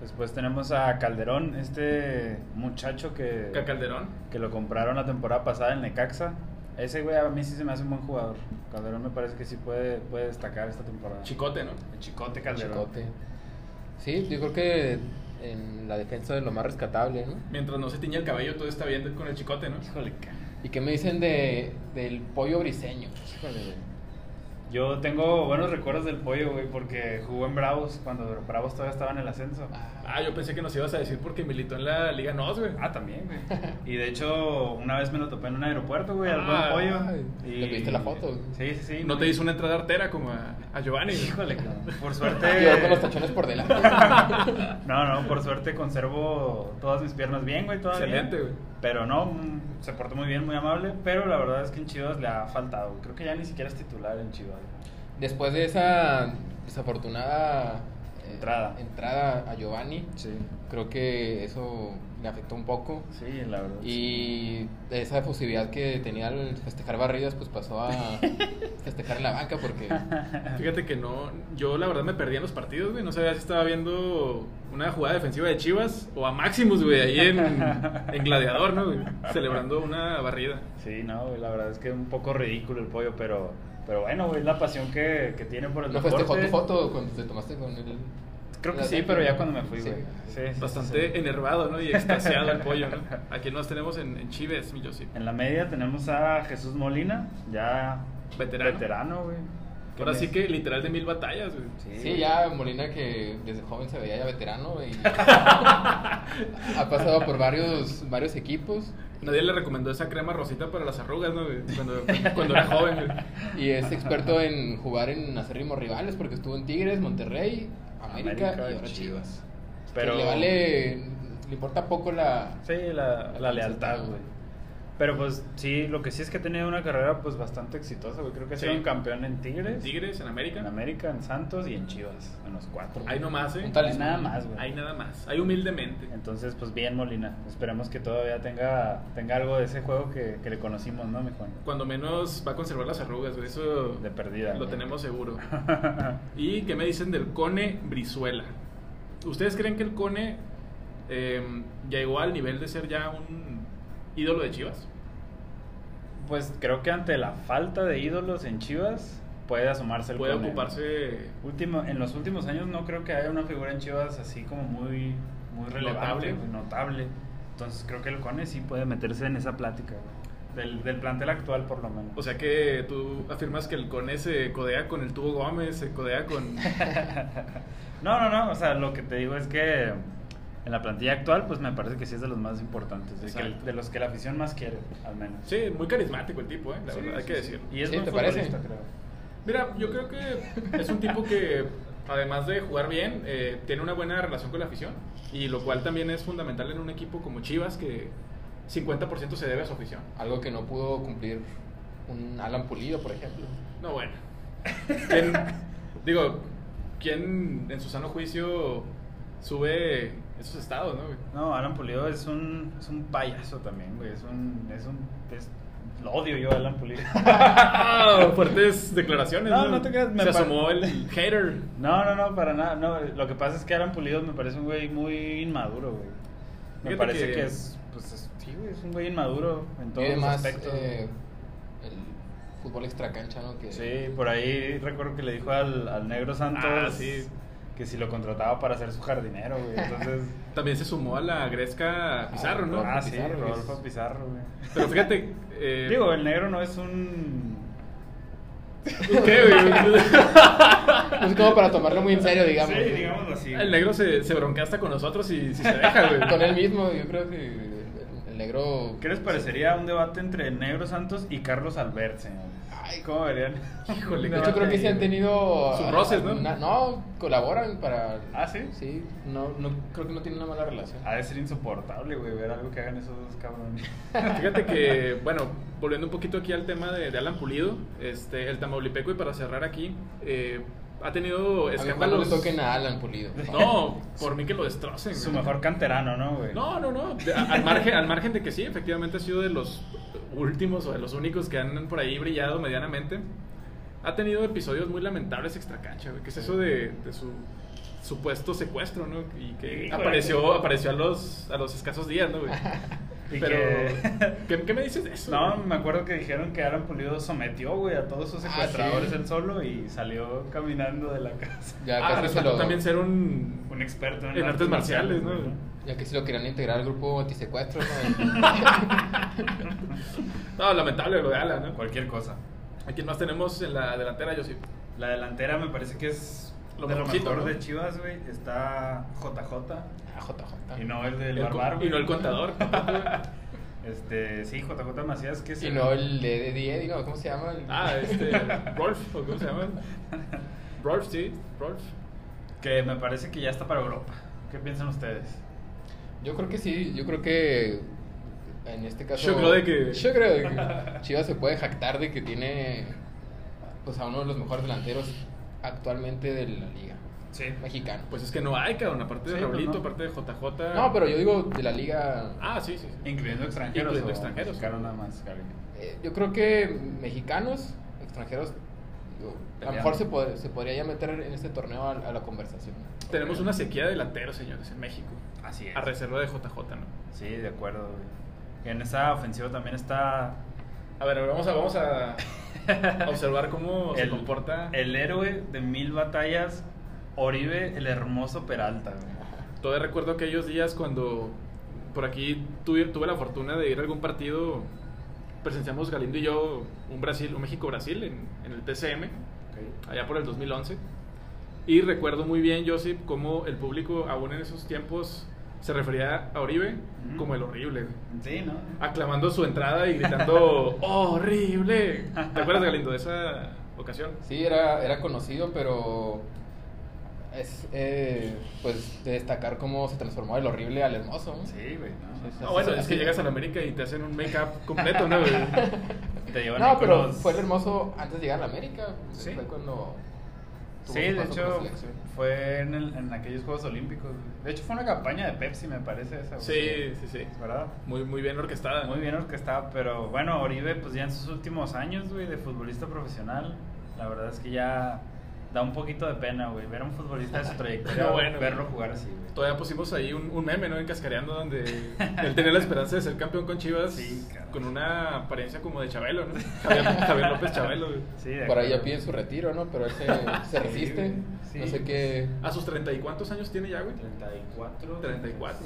Después tenemos a Calderón, este muchacho que,
Ca- Calderón.
que lo compraron la temporada pasada en Necaxa. Ese güey a mí sí se me hace un buen jugador. Calderón me parece que sí puede, puede destacar esta temporada.
Chicote, ¿no?
El Chicote Calderón.
chicote. Sí, yo creo que en la defensa es lo más rescatable, ¿no?
Mientras no se tiñe el cabello, todo está bien con el chicote, ¿no?
Híjole, ca-
¿Y qué me dicen de, del pollo briseño? Híjole, güey.
Yo tengo buenos recuerdos del pollo, güey, porque jugó en Bravos cuando Bravos todavía estaba en el ascenso.
Ah,
Ah, yo pensé que nos ibas a decir porque militó en la Liga NOS, güey.
Ah, también,
[LAUGHS]
güey. Y de hecho, una vez me lo topé en un aeropuerto, güey, al
Ah,
buen pollo.
ay.
Y-
¿Le pediste la foto, güey?
Sí, sí, sí.
No te hizo una entrada artera como a, a Giovanni.
Híjole, cabrón.
[LAUGHS]
Por
Yo con los
suerte.
tachones por delante.
No, no, por suerte conservo todas mis piernas bien, güey, todavía.
Excelente, güey.
Pero no, mm, se portó muy bien, muy amable. Pero la verdad es que en Chivas le ha faltado. Creo que ya ni siquiera es titular en Chivas.
Después de esa desafortunada eh,
Entrada.
entrada a Giovanni,
Sí.
creo que eso le afectó un poco.
Sí, la verdad.
Y de esa efusividad que tenía al festejar barridas, pues pasó a festejar en la banca porque
Fíjate que no, yo la verdad me perdía en los partidos, güey. No sabía si estaba viendo una jugada defensiva de Chivas o a Maximus, güey, ahí
[LAUGHS]
en, en Gladiador, ¿no? güey? Celebrando una barrida.
Sí, no, güey, la verdad es que es un poco ridículo el pollo, pero, pero bueno, güey, es la pasión que, que tiene por el
no
deporte.
festejó tu foto cuando te tomaste con él.
Creo que sí, pero ya cuando me fui,
Sí.
güey. Sí, sí, sí,
Bastante
sí.
enervado, ¿no? Y extasiado el pollo,
[LAUGHS]
¿no? Aquí nos tenemos en, en Chives, mi Josip.
En la media tenemos a Jesús Molina, ya
Veterano.
veterano, güey.
Ahora
me-
sí que literal de mil batallas, güey.
Sí, ya Molina que desde joven se veía ya veterano y ha pasado por varios varios equipos
Nadie le recomendó esa crema rosita para las arrugas, ¿no? güey? Cuando, cuando era joven, güey.
y es experto en jugar en acérrimos rivales porque estuvo en Tigres, Monterrey, América,
América
y ahora Chivas.
Pero
Pero le vale le importa poco la
Sí, la, la lealtad, güey. Pero pues sí, lo que sí es que ha tenido una carrera pues bastante exitosa, güey. Creo que ha
Sí.
sido un campeón en Tigres,
Tigres en
en
América.
América, en Santos y en Chivas, en los cuatro.
Ahí nomás, ¿eh?
Un tal-
Ahí nada más, güey.
Ahí nada más. Ahí humildemente.
Entonces, pues bien, Molina. Esperemos que todavía tenga, tenga algo de ese juego que, que le conocimos, ¿no, mi Juan?
Cuando menos va a conservar las arrugas, güey. Eso
De perdida.
lo
güey. [LAUGHS]
tenemos seguro. ¿Y qué me dicen del Cone Brizuela? ¿Ustedes creen que el Cone eh, llegó al nivel de ser ya un ídolo de Chivas?
Pues creo que ante la falta de ídolos en Chivas, puede asomarse el
Puede
Cone.
ocuparse
Último, en los últimos años no creo que haya una figura en Chivas así como muy, muy relevable,
Notable.
güey, notable. Entonces creo que el Cone sí puede meterse en esa plática, güey. Del, del plantel actual por lo menos.
O sea que tú afirmas que el Cone se codea con el Tubo Gómez, se codea con...
[LAUGHS] No, no, no. O sea, lo que te digo es que en la plantilla actual, pues me parece que sí es de los más importantes. De, que-
Exacto.
de los que la afición más quiere, al menos.
Sí, muy carismático el tipo, ¿eh? La
Sí,
verdad, hay
sí,
que
sí.
decirlo.
Y es
Sí,
buen
¿te parece?
futbolista, creo.
Mira, yo creo que es un tipo que, además de jugar bien, eh, tiene una buena relación con la afición. Y lo cual también es fundamental en un equipo como Chivas, que 50% se debe a su afición.
algo que no pudo cumplir un Alan Pulido, por ejemplo.
No, bueno.
[LAUGHS]
¿Quién- digo, ¿quién en su sano juicio sube esos estados,
[LAUGHS]
no? güey? [LAUGHS]
No, Alan Pulido es un, es un payaso también, güey. Es un. Es un es- lo odio yo a Alan Pulido.
[LAUGHS] Fuertes declaraciones.
No, no te creas, me
Se
pa-
asomó el hater.
No, no, no, para nada. No, lo que pasa es que Alan Pulido me parece un güey muy inmaduro, güey. Me
Fíjate
parece
que-
que, es. Pues es- sí, güey, es un güey inmaduro en todos
y además
los aspectos.
eh, el fútbol extracancha, ¿no? Que
Sí, por ahí recuerdo que le dijo al, al Negro Santos
Ah, sí.
que si lo contrataba para ser su jardinero, güey. Entonces.
También se sumó a la Gresca [LAUGHS] Pizarro, ¿no?
Ah, sí,
Pizarro, güey.
Rodolfo Pizarro, güey. [LAUGHS]
Pero fíjate. eh,
Digo, el negro no es un.
[LAUGHS] ¿qué, güey?
Pues todo para tomarlo muy en serio, digamos.
Sí, digámoslo así.
El negro se, se broncasta con nosotros y, si se deja, güey.
Con él mismo, yo creo que el- el negro.
¿Qué les parecería un debate entre el Negro Santos y Carlos Albert, señor? Ay, ¿cómo verían?
[LAUGHS] Híjole,
De
qué
hecho, creo que sí han tenido.
Sus roces, ¿no?
una- no, colaboran para.
¿Ah, sí?
Sí, no, no, creo que no tienen una mala relación.
Ha de ser insoportable, güey, ver algo que hagan esos dos
[LAUGHS]
cabrones.
Fíjate que, bueno, volviendo un poquito aquí al tema de, de Alan Pulido, este, el Tamaulipeco, y para cerrar aquí, eh, ha tenido
A mi Juan no
escándalos.
le toquen a Alan Pulido.
No, por mí que lo destrocen.
Su
güey.
mejor canterano, ¿no, güey?
No, no, no. De- a- Al margen, al margen de que sí, efectivamente ha sido de los últimos o de los únicos que han por ahí brillado medianamente. Ha tenido episodios muy lamentables extracancha, güey. ¿Qué es eso de, de su supuesto secuestro, no? Y que
Híjole.
apareció, apareció a los, a los escasos días, ¿no, güey?
[LAUGHS] Y
Pero,
que-
¿qué, qué me dices de eso?
No,
güey?
me acuerdo que dijeron que Alan Pulido sometió, güey, a todos sus
Ah,
secuestradores
sí.
él solo y salió caminando de la casa. [LAUGHS]
Ya
ah,
casi se
resultó
lo-
también ser un...
Un experto en,
En artes marciales, ¿no?
güey,
Ya que si lo querían integrar al grupo antisecuestro,
[LAUGHS]
¿no?
No, lamentable lo de Alan, ¿no?
Cualquier cosa.
¿A quién más tenemos en la delantera, Josip?
La delantera me parece que es
Lo
de lo
mejorcito,
mejor
¿no?
de Chivas, güey. Está JJ
Ah, JJ.
y no el del
El
Barbar,
co- y
güey.
no el contador.
[LAUGHS] Este, sí, JJ Macías, que es
Y no el de, de Diez, no, E, ¿cómo se llama? El-
Ah, este. Rolf, ¿o cómo se llama? Rolf, sí, Rolf.
que me parece que ya está para Europa. ¿Qué piensan ustedes?
[LAUGHS] Yo creo que sí, yo creo que en este caso...
Yo creo de que-
Yo creo de
[LAUGHS]
que Chivas se puede jactar de que tiene pues a uno de los mejores delanteros actualmente de la liga
Sí.
mexicana.
Pues es que no hay, cabrón, aparte de
Sí, pues
Raulito,
no.
aparte de JJ.
No, pero yo digo de la liga...
Ah, sí, sí. sí.
Incluyendo extranjeros.
Incluyendo
o
extranjeros.
mexicanos nada más, Gabriel?
eh, yo creo que mexicanos, extranjeros, digo, a lo mejor se, pod- se podría ya meter en este torneo a, a la conversación.
Tenemos una sequía de delanteros, señores, en México.
Así es.
A reserva de JJ, ¿no?
Sí, de acuerdo, güey. Y en esa ofensiva también está
A ver, a ver, vamos a, vamos a a [LAUGHS] observar cómo se comporta
el héroe de mil batallas, Oribe, el hermoso Peralta, güey.
Todavía recuerdo aquellos días cuando por aquí tuve, tuve la fortuna de ir a algún partido. Presenciamos Galindo y yo un Brasil, un México-Brasil en, en el TCM, allá por el 2011. Y recuerdo muy bien, Josip, cómo el público, aún en esos tiempos, se refería a Oribe
Ujú.
como el horrible.
Sí, ¿no?
Aclamando su entrada y
[LAUGHS]
gritando ¡Horrible! ¿Te acuerdas, Galindo, de esa ocasión?
Sí, era, era conocido, pero es eh, pues de destacar cómo se transformó del horrible al hermoso. ¿no?
Sí, güey, ¿no? Ah,
Sí, sí.
No, Ah, bueno, es que llegas a la América y te hacen un make-up
[LAUGHS]
completo, ¿no?
Te llevan ahí con
No, pero
los-
fue el hermoso antes de llegar a la América.
Sí.
Fue cuando.
Sí,
tuvo su
de
paso por
hecho,
selección.
fue en, el- en aquellos Juegos Olímpicos. güey. De hecho, fue una campaña de Pepsi, me parece esa. güey.
Sí, sí, sí.
¿Verdad?
Muy, muy bien orquestada.
Muy bien orquestada, pero bueno, Oribe, pues ya en sus últimos años, güey, de futbolista profesional, la verdad es que ya da un poquito de pena, güey, ver a un futbolista
[LAUGHS]
de su trayectoria,
No, bueno,
verlo
güey.
jugar así, güey.
Todavía pusimos ahí un, un meme, ¿no? En Cascareando, donde él tenía la esperanza de ser campeón con Chivas
Sí, caray.
con una apariencia como de Chabelo, ¿no? Javier, Javier López Chabelo. güey.
Sí, de
Por ahí
acuerdo.
ya piden su retiro, ¿no? Pero él
[LAUGHS]
se, se resiste.
Sí.
No sé qué.
¿A sus treinta y cuántos años tiene ya, güey?
34.
34.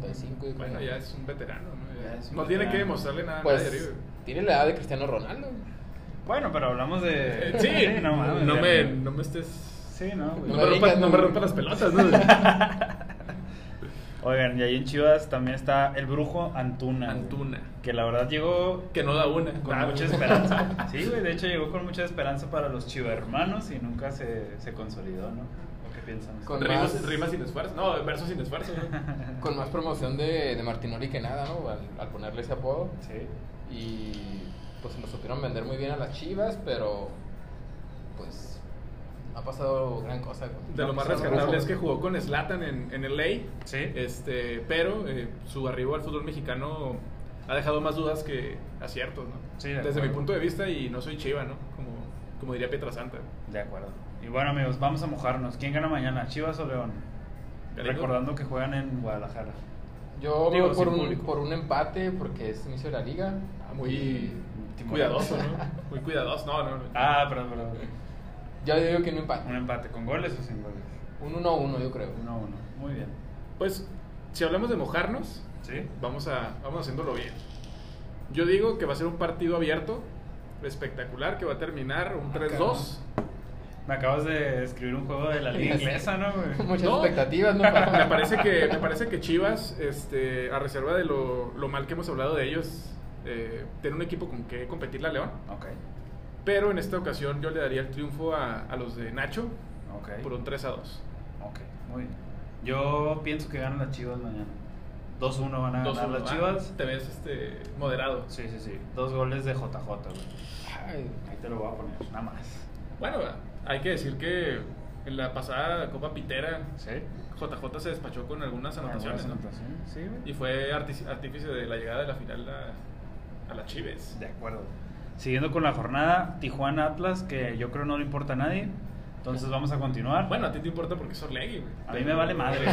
35 y
Bueno, ya es un veterano, ¿no? Ya
Ya es un
no
veterano.
tiene
eh,
que demostrarle nada a nadie,
Pues
güey.
tiene la edad de Cristiano Ronaldo.
Bueno, pero hablamos de.
Eh, [LAUGHS]
[LAUGHS]
Sí,
no mames,
no,
de-
me, no me estés...
Sí, no, güey.
No
me
me, rompas,
digas,
no
no.
me rompas las pelotas, ¿no? güey?
[LAUGHS] pues, Oigan, y ahí en Chivas también está el brujo Antuna. güey,
Antuna.
que la verdad llegó
Que no da una.
con mucha [LAUGHS] esperanza. Sí, güey, de hecho llegó con mucha esperanza para los chivermanos y nunca se, se consolidó, ¿no? ¿O qué piensan?
Con
ustedes?
más-
Rimas, rimas sin esfuerzo. No, versos sin esfuerzo,
[LAUGHS]
¿no?
Con más promoción de, de Martinoli que nada, ¿no? Al- al ponerle ese apodo.
Sí.
Y pues se nos supieron vender muy bien a las chivas, pero pues no ha pasado gran cosa.
De lo más rescatable es que jugó con Slatan en, en LA.
pues, Sí.
Este, pero eh, su arribo al fútbol mexicano ha dejado más dudas que aciertos, ¿no?
Sí, de
Desde mi
acuerdo.
punto de vista, y no soy chiva, ¿no? Como, como diría Pietra Santa.
De acuerdo. Y bueno, amigos, vamos a mojarnos. ¿Quién gana mañana, Chivas o León?
Galindo.
Recordando que juegan en Guadalajara.
Yo me
Digo,
voy por
sin
un,
público. Ah,
por un empate porque es inicio de la liga.
Muy
Timorado.
cuidadoso, ¿no? Muy cuidadoso. No, no, no.
Ah, perdón, perdón.
Yo digo que un
Un
empate.
empate, ¿con goles o sin goles?
Un 1-1 yo creo. [LAUGHS]
1-1. Muy bien.
Pues, si hablamos de mojarnos,
¿Sí?
vamos, a, vamos haciéndolo bien. Yo digo que va a ser un partido abierto, espectacular, que va a terminar un
Ah,
3-2.
Me acabas de escribir un juego de la liga
[LAUGHS]
inglesa, ¿no? güey?
Muchas
No.
expectativas, ¿no?
[LAUGHS] Me parece que, me parece que Chivas, este, a reserva de lo, lo mal que hemos hablado de ellos, eh, tiene un equipo con que competirle a León.
Ok,
Pero en esta ocasión yo le daría el triunfo a, a los de Nacho
ok.
por un 3 a 2.
Ok, muy bien. Yo pienso que ganan las Chivas mañana. 2-1 van a ganar
ah.
las Chivas.
Te ves este, moderado.
Sí, sí, sí. Dos goles de JJ, güey.
Ay,
Ahí te lo voy a poner, nada más.
Bueno, hay que decir que en la pasada Copa Pitera,
¿Sí?
JJ se despachó con algunas anotaciones. ¿no?
Anotaciones, sí, güey.
Y fue arti- artífice de la llegada de la final a, a las Chives.
De acuerdo. Siguiendo con la jornada, Tijuana Atlas, que yo creo no le importa a nadie. Entonces vamos a continuar.
Bueno, a ti te importa porque es Orlegui, güey.
a mí me vale madre.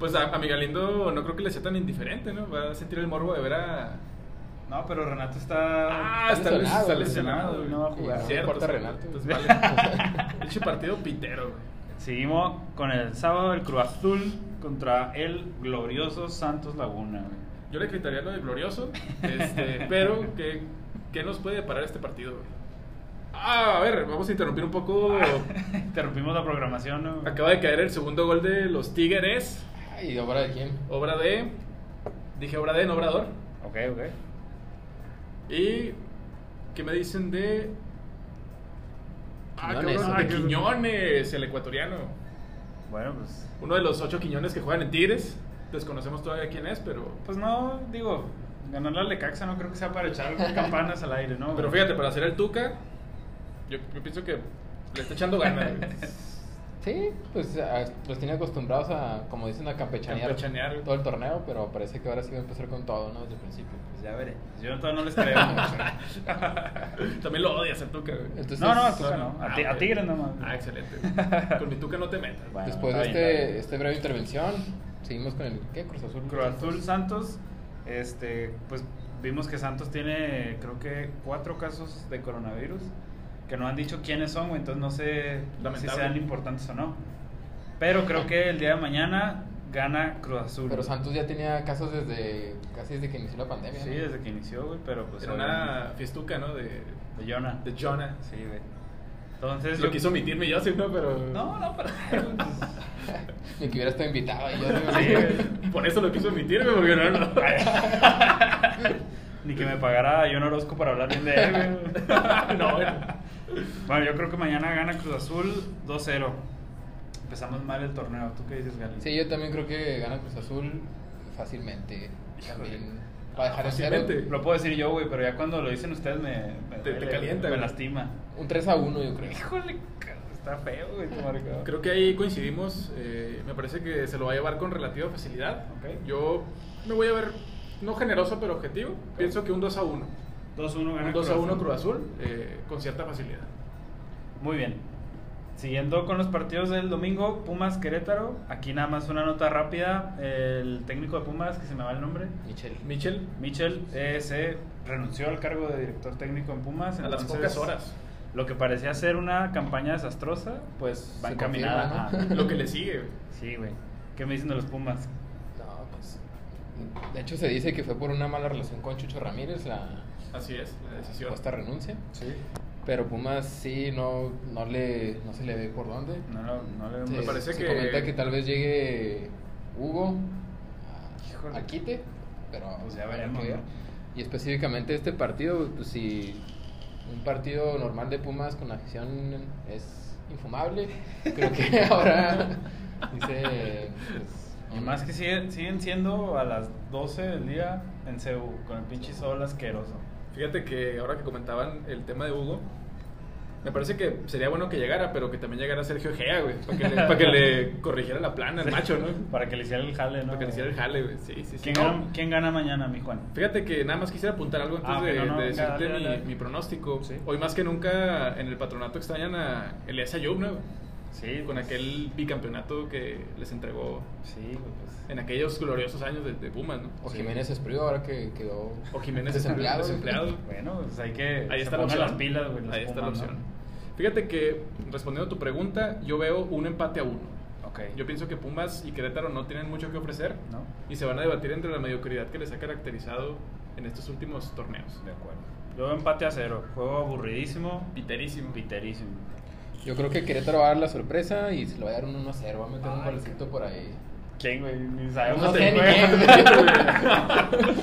Pues a, a mi Galindo no creo que le sea tan indiferente, ¿no? Va a sentir el morbo de ver a...
[LAUGHS] no, pero Renato está.
Ah, está,
lesionado,
lesionado, está
güey.
lesionado, güey.
No va a jugar.
No importa Renato.
Entonces,
[LAUGHS]
vale. Pinche partido pitero, güey.
Seguimos con el sábado el Cruz Azul contra el glorioso Santos Laguna. güey. [LAUGHS]
Yo le gritaría lo de glorioso, este, pero ¿qué, ¿qué nos puede parar este partido, güey? Ah, a ver, vamos a interrumpir un poco.
Interrumpimos la programación. ¿no?
Acaba de caer el segundo gol de los Tigres,
ay, ¿obra de quién?
obra de... Dije obra de, no obrador.
Ok, ok.
¿Y qué me dicen de... Ah,
Quiñones.
cabrón, de Quiñones, el ecuatoriano.
Bueno, pues.
Uno de los ocho Quiñones que juegan en Tigres. Desconocemos todavía quién es, pero...
Pues no, digo, ganar la Lecaxa no creo que sea para [LAUGHS] echar campanas al aire, ¿no?
Pero fíjate, para hacer el Tuca, yo, yo pienso que le está echando ganas. güey.
Sí, pues a- los tiene acostumbrados a, como dicen, a campechanear,
Campechanear.
todo el torneo, pero parece que ahora sí va a empezar con todo, ¿no? Desde el principio.
Pues ya veré. Yo todavía no les creo
[LAUGHS]
mucho.
También lo odias al Tuca, güey.
Entonces,
no, no, a
No,
Tuca
no.
no. A,
Pues Ah,
ti- a
ok.
Tigres nomás.
Ah, excelente.
[LAUGHS]
güey. Con mi Tuca no te metas.
Bueno,
después
está
de
bien, está
este,
bien.
este breve intervención, seguimos con el, ¿qué? Cruz Azul.
Cruz Azul Santos, este, pues vimos que Santos tiene, creo que, cuatro casos de coronavirus que no han dicho quiénes son, güey, entonces no sé si
Lamentable.
sean importantes o no. Pero creo que el día de mañana gana Cruz Azul.
Pero Santos ya tenía casos desde, casi desde que inició la pandemia,
Sí,
¿no?
desde que inició, güey, pero pues.
Era una fiestuca, ¿no? De,
De Jonah.
de Jonah.
Sí, güey. Entonces.
Lo quiso omitirme yo, sí, ¿no? Pero...
No, no,
[LAUGHS]
pero. pues,
Ni que hubiera estado invitado. y yo,
Sí, güey. Por eso lo quiso omitirme, porque
[LAUGHS]
no, no.
Ni que me pagara John Orozco para hablar bien de él, güey.
[LAUGHS] No, güey.
Bueno, yo creo que mañana gana Cruz Azul 2-0. Empezamos mal el torneo. ¿Tú qué dices, Gali?
Sí, yo también creo que gana Cruz Azul fácilmente. También
Híjole.
va a dejar en
Fácilmente.
cero.
Lo puedo decir yo, güey, pero ya cuando lo dicen ustedes me. me
Te- te
duele,
calienta,
Me
güey.
lastima.
Un 3 a 1, yo creo.
Híjole, cabrón, está feo, güey, tu marcador.
Creo que ahí coincidimos. eh, me parece que se lo va a llevar con relativa facilidad.
Ok.
Yo me voy a ver, no generoso, pero objetivo. Pienso que un 2 a 1.
2-1 gana
Un 2 a 1 Cruz Azul eh, con cierta facilidad.
Muy bien. Siguiendo con los partidos del domingo, Pumas Querétaro. Aquí nada más una nota rápida. El técnico de Pumas, que se me va el nombre,
Michel.
Michel,
Michel, eh, se renunció al cargo de director técnico en Pumas.
a las
entonces,
pocas horas.
Lo que parecía ser una campaña desastrosa, pues va
Se
encaminada. a-
confirma,
Lo que le sigue. güey.
Sí, güey. ¿Qué me dicen de los Pumas?
No, pues. De hecho, se dice que fue por una mala relación con Chucho Ramírez la
Así es, la decisión.
supuesta renuncia.
Sí.
Pero Pumas sí, no, no, le, no se le ve por dónde.
No, lo- no le
Se-
Me parece
se
que-
comenta que tal vez llegue Hugo a-
Híjole.
a quite, pero
Pues ya
habrá
veremos,
que ver.
¿no?
Y específicamente este partido, pues si un partido normal de Pumas con afición es infumable,
[LAUGHS]
creo que ahora dice... pues,
Y más que siguen, siguen siendo a las 12 del día en CEU, con el pinche sol asqueroso.
Fíjate que ahora que comentaban el tema de Hugo, me parece que sería bueno que llegara, pero que también llegara Sergio Gea, güey. Para que, le, para que le corrigiera la plana al macho, ¿no?
Para que le hiciera el jale, ¿no?
Para que le hiciera el jale, güey. Sí, sí, sí.
¿Quién,
No,
gana, quién gana mañana, mi Juan?
Fíjate que nada más quisiera apuntar algo antes
Ah, ok,
de,
no, no,
de
ya,
decirte
dale,
mi,
dale, dale.
mi pronóstico.
Sí.
Hoy más que nunca en el patronato extrañan a Elías Ayub, ¿no?
Sí,
Con aquel bicampeonato que les entregó
Sí, güey, pues.
en aquellos gloriosos años de, de Pumas, ¿no?
O
Sí.
Jiménez Espriu ahora que quedó...
O Jiménez
Desempleado.
desempleado.
Bueno, pues hay que.
Ahí
se
está
pongan
la opción.
las pilas, güey. los
Ahí está la
Pumas, ¿no?
opción. Fíjate que, respondiendo a tu pregunta, yo veo un empate a uno.
Ok.
Yo pienso que Pumas y Querétaro no tienen mucho que ofrecer
¿No?
y se van a debatir entre la mediocridad que les ha caracterizado en estos últimos torneos.
De acuerdo. Yo veo empate a cero. Juego aburridísimo,
Piterísimo.
piterísimo.
Yo creo que Querétaro va a dar la sorpresa y se lo va a dar un 1-0. Va a meter un golcito por ahí.
¿Quién, güey? Ni
No
sabemos
sé
el
ni
juego. [LAUGHS]
quién,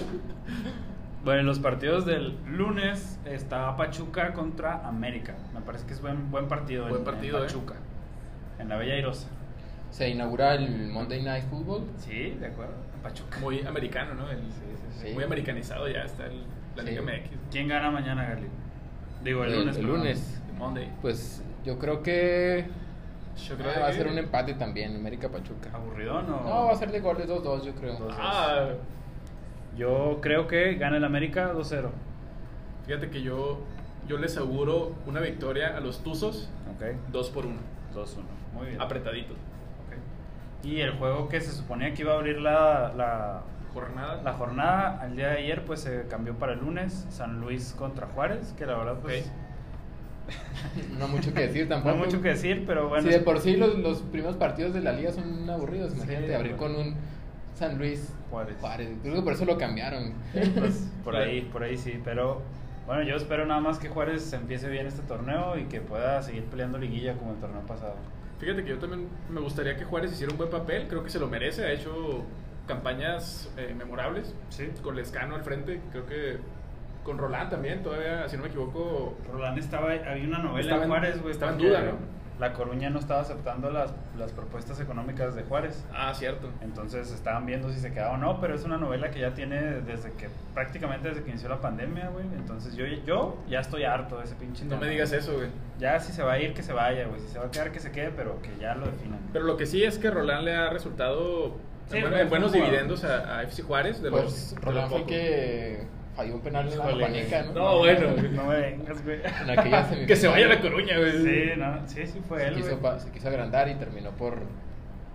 Bueno, en los partidos del lunes está Pachuca contra América. Me parece que es buen, buen partido. en-
Buen
en
partido, eh.
Pachuca. En la Bella Irosa.
[LAUGHS] Se inaugura el Monday Night Football.
Sí, de acuerdo. En Pachuca.
Muy americano, ¿no? El-
sí.
Muy americanizado ya está el- la
Sí.
Liga MX.
¿Quién gana mañana, Garly? Digo, el,
El-
lunes.
Eh, el
perdón.
lunes.
Monday.
Pues yo creo que
Yo
ah, va a ser un empate también, América Pachuca.
¿Aburridón o...?
No, va a ser de goles 2-2, yo creo.
Ah, Dos.
Ah,
Yo creo que gana el América 2-0.
fíjate que yo, yo les auguro una victoria a los Tuzos,
Ok.
dos por uno.
2-1. Muy bien.
Apretadito.
Ok. Y el juego que se suponía que iba a abrir la, la,
Jornada.
la jornada, al día de ayer, pues se cambió para el lunes. San Luis contra Juárez, que la verdad, pues...
Ok.
[LAUGHS] No mucho que decir
No
tampoco.
hay mucho que decir, pero bueno.
Si de por sí los, los primeros partidos de la liga son aburridos, imagínate
de
abrir
acuerdo.
con un San Luis
Juárez.
Juárez. Creo que por eso lo cambiaron.
Pues, por ahí, por ahí [LAUGHS] sí, pero... Bueno, yo espero nada más que Juárez empiece bien este torneo y que pueda seguir peleando liguilla como el torneo pasado.
Fíjate que yo también me gustaría que Juárez hiciera un buen papel. Creo que se lo merece. Ha hecho campañas eh, memorables.
Sí.
Con Lescano al frente. Creo que con Roland también. Todavía, si no me equivoco,
Roland estaba, había una novela
Estaba
en
en-
Juárez, güey.
estaba en
porque
duda, ¿no?
La Coruña no estaba aceptando las, las propuestas económicas de Juárez.
Ah, cierto.
Entonces estaban viendo si se quedaba o no, pero es una novela que ya tiene desde que, prácticamente desde que inició la pandemia, güey. Entonces yo, yo ya estoy harto de ese pinche
No
tema.
me digas eso, güey.
Ya si se va a ir, que se vaya, güey. Si se va a quedar, que se quede, pero que ya lo definan.
Pero lo que sí es que Roland le ha resultado
Sí,
en buen-
es
en
un
buenos
jugador.
dividendos a, a FC Juárez. De
Pues
los, de
Roland
los
fue
pocos.
que falló un penal en la
Híjole,
Juanica,
güey.
¿no?
No, bueno.
No me vengas, güey.
En aquella semifinal.
[LAUGHS] Que se vaya a la Coruña, güey.
Sí, no, sí, sí fue
Se
él,
quiso,
güey.
pa- se quiso agrandar y terminó por.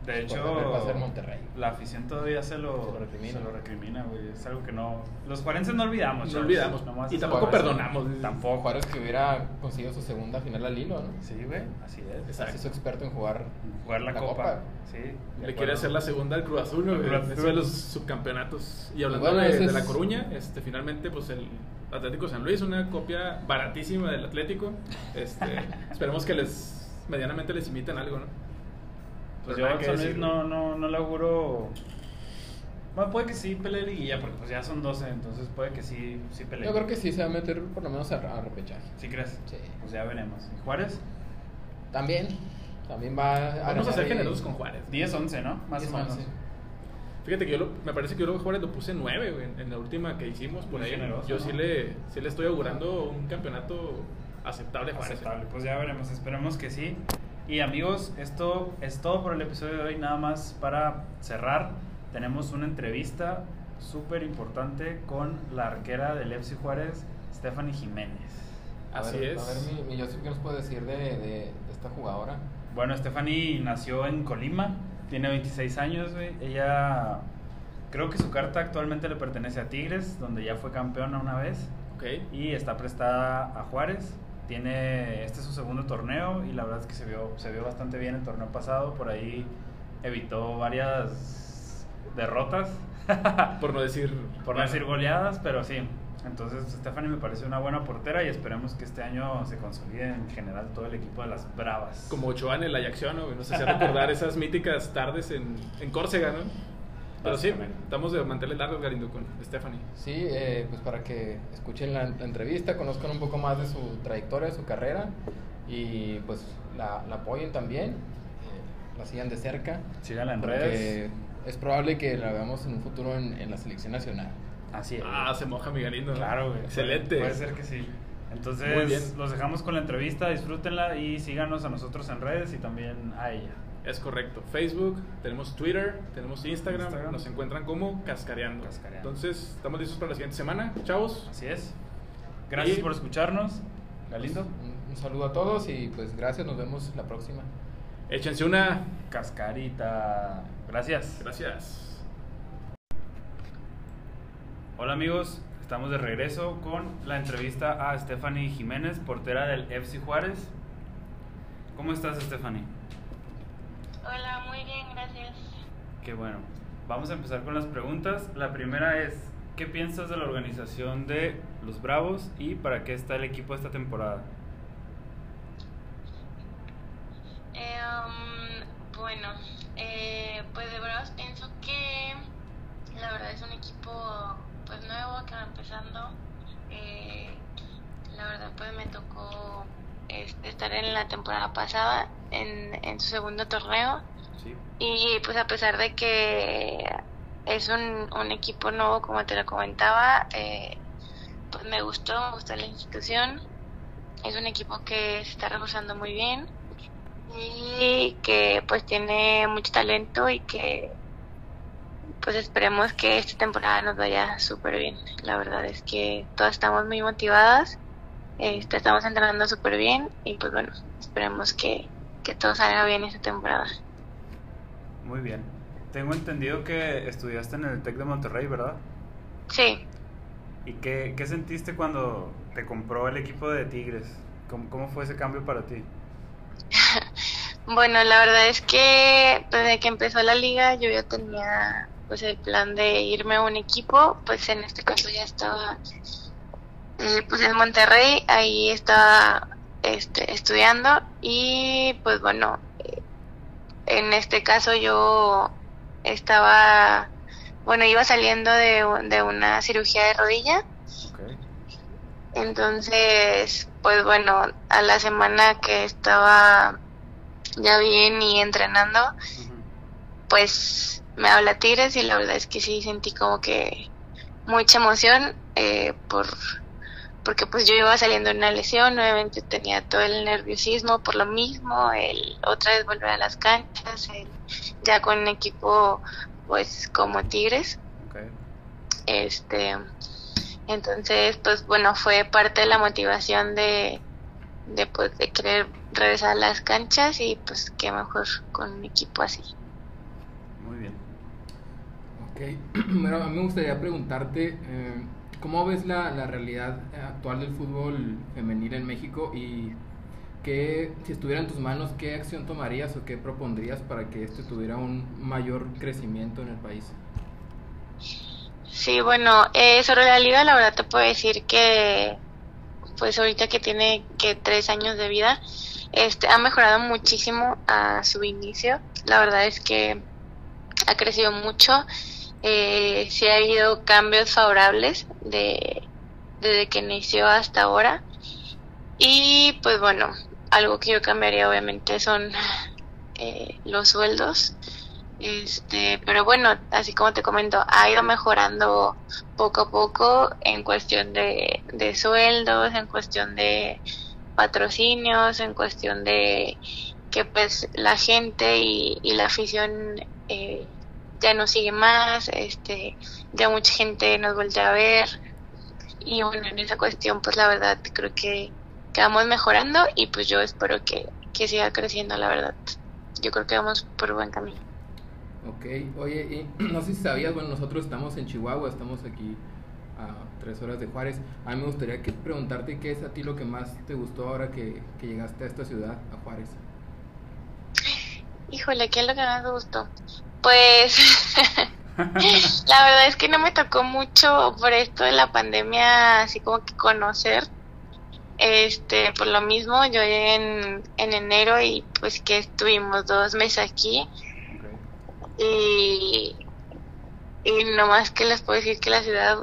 De
por tener pase en
hecho,
Monterrey.
la afición todavía se lo,
Se lo recrimina.
se lo recrimina, güey. Es algo que no. Los juarenses no olvidamos,
No
chavos.
olvidamos.
Nomás
Y
es-
tampoco
Juárez.
perdonamos.
Tampoco.
Juárez que hubiera conseguido su segunda final al hilo, ¿no?
Sí, güey, así es.
Exacto.
Se hizo experto en jugar.
Jugar la,
La
copa.
copa.
Sí. de
Le
acuerdo.
quiere hacer la segunda al Cruz Azul, ¿no?
Cruz Azul.
Es uno de los subcampeonatos. Y hablando
Bueno,
de,
ese
de La
es-
Coruña, este, finalmente, pues el Atlético San Luis, una copia baratísima del Atlético.
[LAUGHS]
Este, esperemos que les medianamente les imiten algo, ¿no?
Pues
Pero
yo
nada
a
que
San Luis
decir.
no, no, no le auguro. Bueno, puede que sí pelee liguilla, porque pues ya son 12, entonces puede que sí, sí pelee.
Yo creo que sí se va a meter por lo menos a, a repechaje.
¿Sí crees?
Sí.
Pues ya veremos. ¿Y Juárez?
También, también va a.
Vamos a ser
ganar y-
generosos con Juárez.
10-11, ¿no? Más
y es
o menos.
once.
Fíjate que yo lo- me parece que yo lo Juárez lo puse 9 güey, en, en la última que hicimos por
Muy
ahí.
generoso,
yo
¿no?
sí, le, sí le estoy augurando un campeonato aceptable a Juárez.
Aceptable. Pues ya veremos, esperemos que sí. Y amigos, esto es todo por el episodio de hoy. Nada más para cerrar, tenemos una entrevista súper importante con la arquera del FC Juárez, Stephanie Jiménez.
A
Así
ver,
es.
A ver, mi, mi Joseph, ¿qué nos puede decir de, de, de esta jugadora?
Bueno, Stephanie nació en Colima, tiene 26 años, güey. Ella, creo que su carta actualmente le pertenece a Tigres, donde ya fue campeona una vez,
Ok.
y está prestada a Juárez. Tiene, este es su segundo torneo y la verdad es que se vio, se vio bastante bien el torneo pasado, por ahí evitó varias derrotas,
Por no decir.
por no decir goleadas, pero sí. Entonces, Stephanie me parece una buena portera y esperemos que este año se consolide en general todo el equipo de las Bravas.
Como Ochoa en el Ajaxiano, güey. Nos hacía
[LAUGHS]
recordar esas míticas tardes en, en Córcega, ¿no? Pero sí,
Básicamente.
estamos de manteles largos, Galindo, con Stephanie.
Sí, eh, pues para que escuchen la, la entrevista, conozcan un poco más de su trayectoria, de su carrera y pues la, la apoyen también, eh, la sigan de cerca.
Síganla en
porque
redes.
Es probable que la veamos en un futuro en, en la selección nacional.
Así es.
Ah, se moja mi Galindo.
claro, güey.
Excelente.
Puede ser que sí.
Muy
Entonces,
bien.
los dejamos con la entrevista, disfrútenla y síganos a nosotros en redes y también a ella.
Es correcto. Facebook, tenemos Twitter, tenemos Instagram.
Instagram.
Nos encuentran como Cascareando.
Cascareando.
Entonces, estamos listos para la siguiente semana. Chavos.
Así es. Gracias
Y-
por escucharnos. Galindo.
Pues, Un, un saludo a todos y pues gracias, nos vemos la próxima.
Échense una.
Cascarita. Gracias.
Gracias.
Hola amigos, estamos de regreso con la entrevista a Stephanie Jiménez, portera del FC Juárez. ¿Cómo estás, Stephanie?
Hola, muy bien, gracias.
Qué bueno. Vamos a empezar con las preguntas. La primera es,
¿Qué piensas de la organización de los Bravos y para qué está el equipo esta temporada?
Eh, um, bueno, eh, pues de Bravos pienso que la verdad es un equipo pues nuevo que va empezando. Eh, la verdad pues me tocó este, estar en la temporada pasada, en, en su segundo torneo. Sí. Y pues a pesar de que es un, un equipo nuevo, como te lo comentaba, eh, pues me gustó, me gustó la institución. Es un equipo que se está reforzando muy bien y que pues tiene mucho talento y que pues esperemos que esta temporada nos vaya súper bien. La verdad es que todas estamos muy motivadas, eh, estamos entrenando súper bien y pues bueno, esperemos que, que todo salga bien esta temporada.
Muy bien. Tengo entendido que estudiaste en el TEC de Monterrey, ¿verdad?
Sí.
¿Y qué, qué, sentiste cuando te compró el equipo de Tigres? ¿Cómo, cómo fue ese cambio para ti?
bueno, la verdad es que desde que empezó la liga yo ya tenía pues el plan de irme a un equipo, pues en este caso ya estaba eh, pues en Monterrey, ahí estaba este, estudiando y pues bueno, eh, en este caso yo estaba, bueno, iba saliendo de, de una cirugía de rodilla. Okay. Entonces, pues bueno, a la semana que estaba ya bien y entrenando, uh -huh. pues me habla Tigres y la verdad es que sí sentí como que mucha emoción eh, por porque pues yo iba saliendo de una lesión, nuevamente tenía todo el nerviosismo por lo mismo, el otra vez volver a las canchas, el, ya con un equipo pues como Tigres. Okay. Este, entonces pues bueno, fue parte de la motivación de, de pues de querer regresar a las canchas y pues qué mejor con un equipo así.
Muy bien.
Ok, [CLEARS THROAT] bueno, a mí me gustaría preguntarte... Eh, ¿Cómo ves la, la, realidad actual del fútbol femenil en México y qué, si estuviera en tus manos, qué acción tomarías o qué propondrías para que este tuviera un mayor crecimiento en el país?
Sí, bueno, eh, sobre la liga la verdad te puedo decir que pues ahorita que tiene que tres años de vida, este ha mejorado muchísimo a su inicio. La verdad es que ha crecido mucho. Eh, sí ha habido cambios favorables de, desde que inició hasta ahora. Y pues bueno, algo que yo cambiaría obviamente son eh, los sueldos. Este, pero bueno, así como te comento, ha ido mejorando poco a poco en cuestión de, de sueldos, en cuestión de patrocinios, en cuestión de que pues la gente y, y la afición eh, ya nos sigue más, este, ya mucha gente nos voltea a ver. Y bueno, en esa cuestión, pues la verdad, creo que, que vamos mejorando y pues yo espero que, que, siga creciendo, la verdad. Yo creo que vamos por buen camino.
Ok, oye, y [CLEARS THROAT] no sé si sabías, bueno, nosotros estamos en Chihuahua, estamos aquí a tres horas de Juárez. A mí me gustaría que preguntarte qué es a ti lo que más te gustó ahora que, que llegaste a esta ciudad, a Juárez.
Híjole, ¿qué es lo que más me gustó? Pues [LAUGHS] la verdad es que no me tocó mucho por esto de la pandemia, así como que conocer. Este, por lo mismo, yo llegué en, en enero y pues que estuvimos dos meses aquí. Okay. Y, y no más que les puedo decir que la ciudad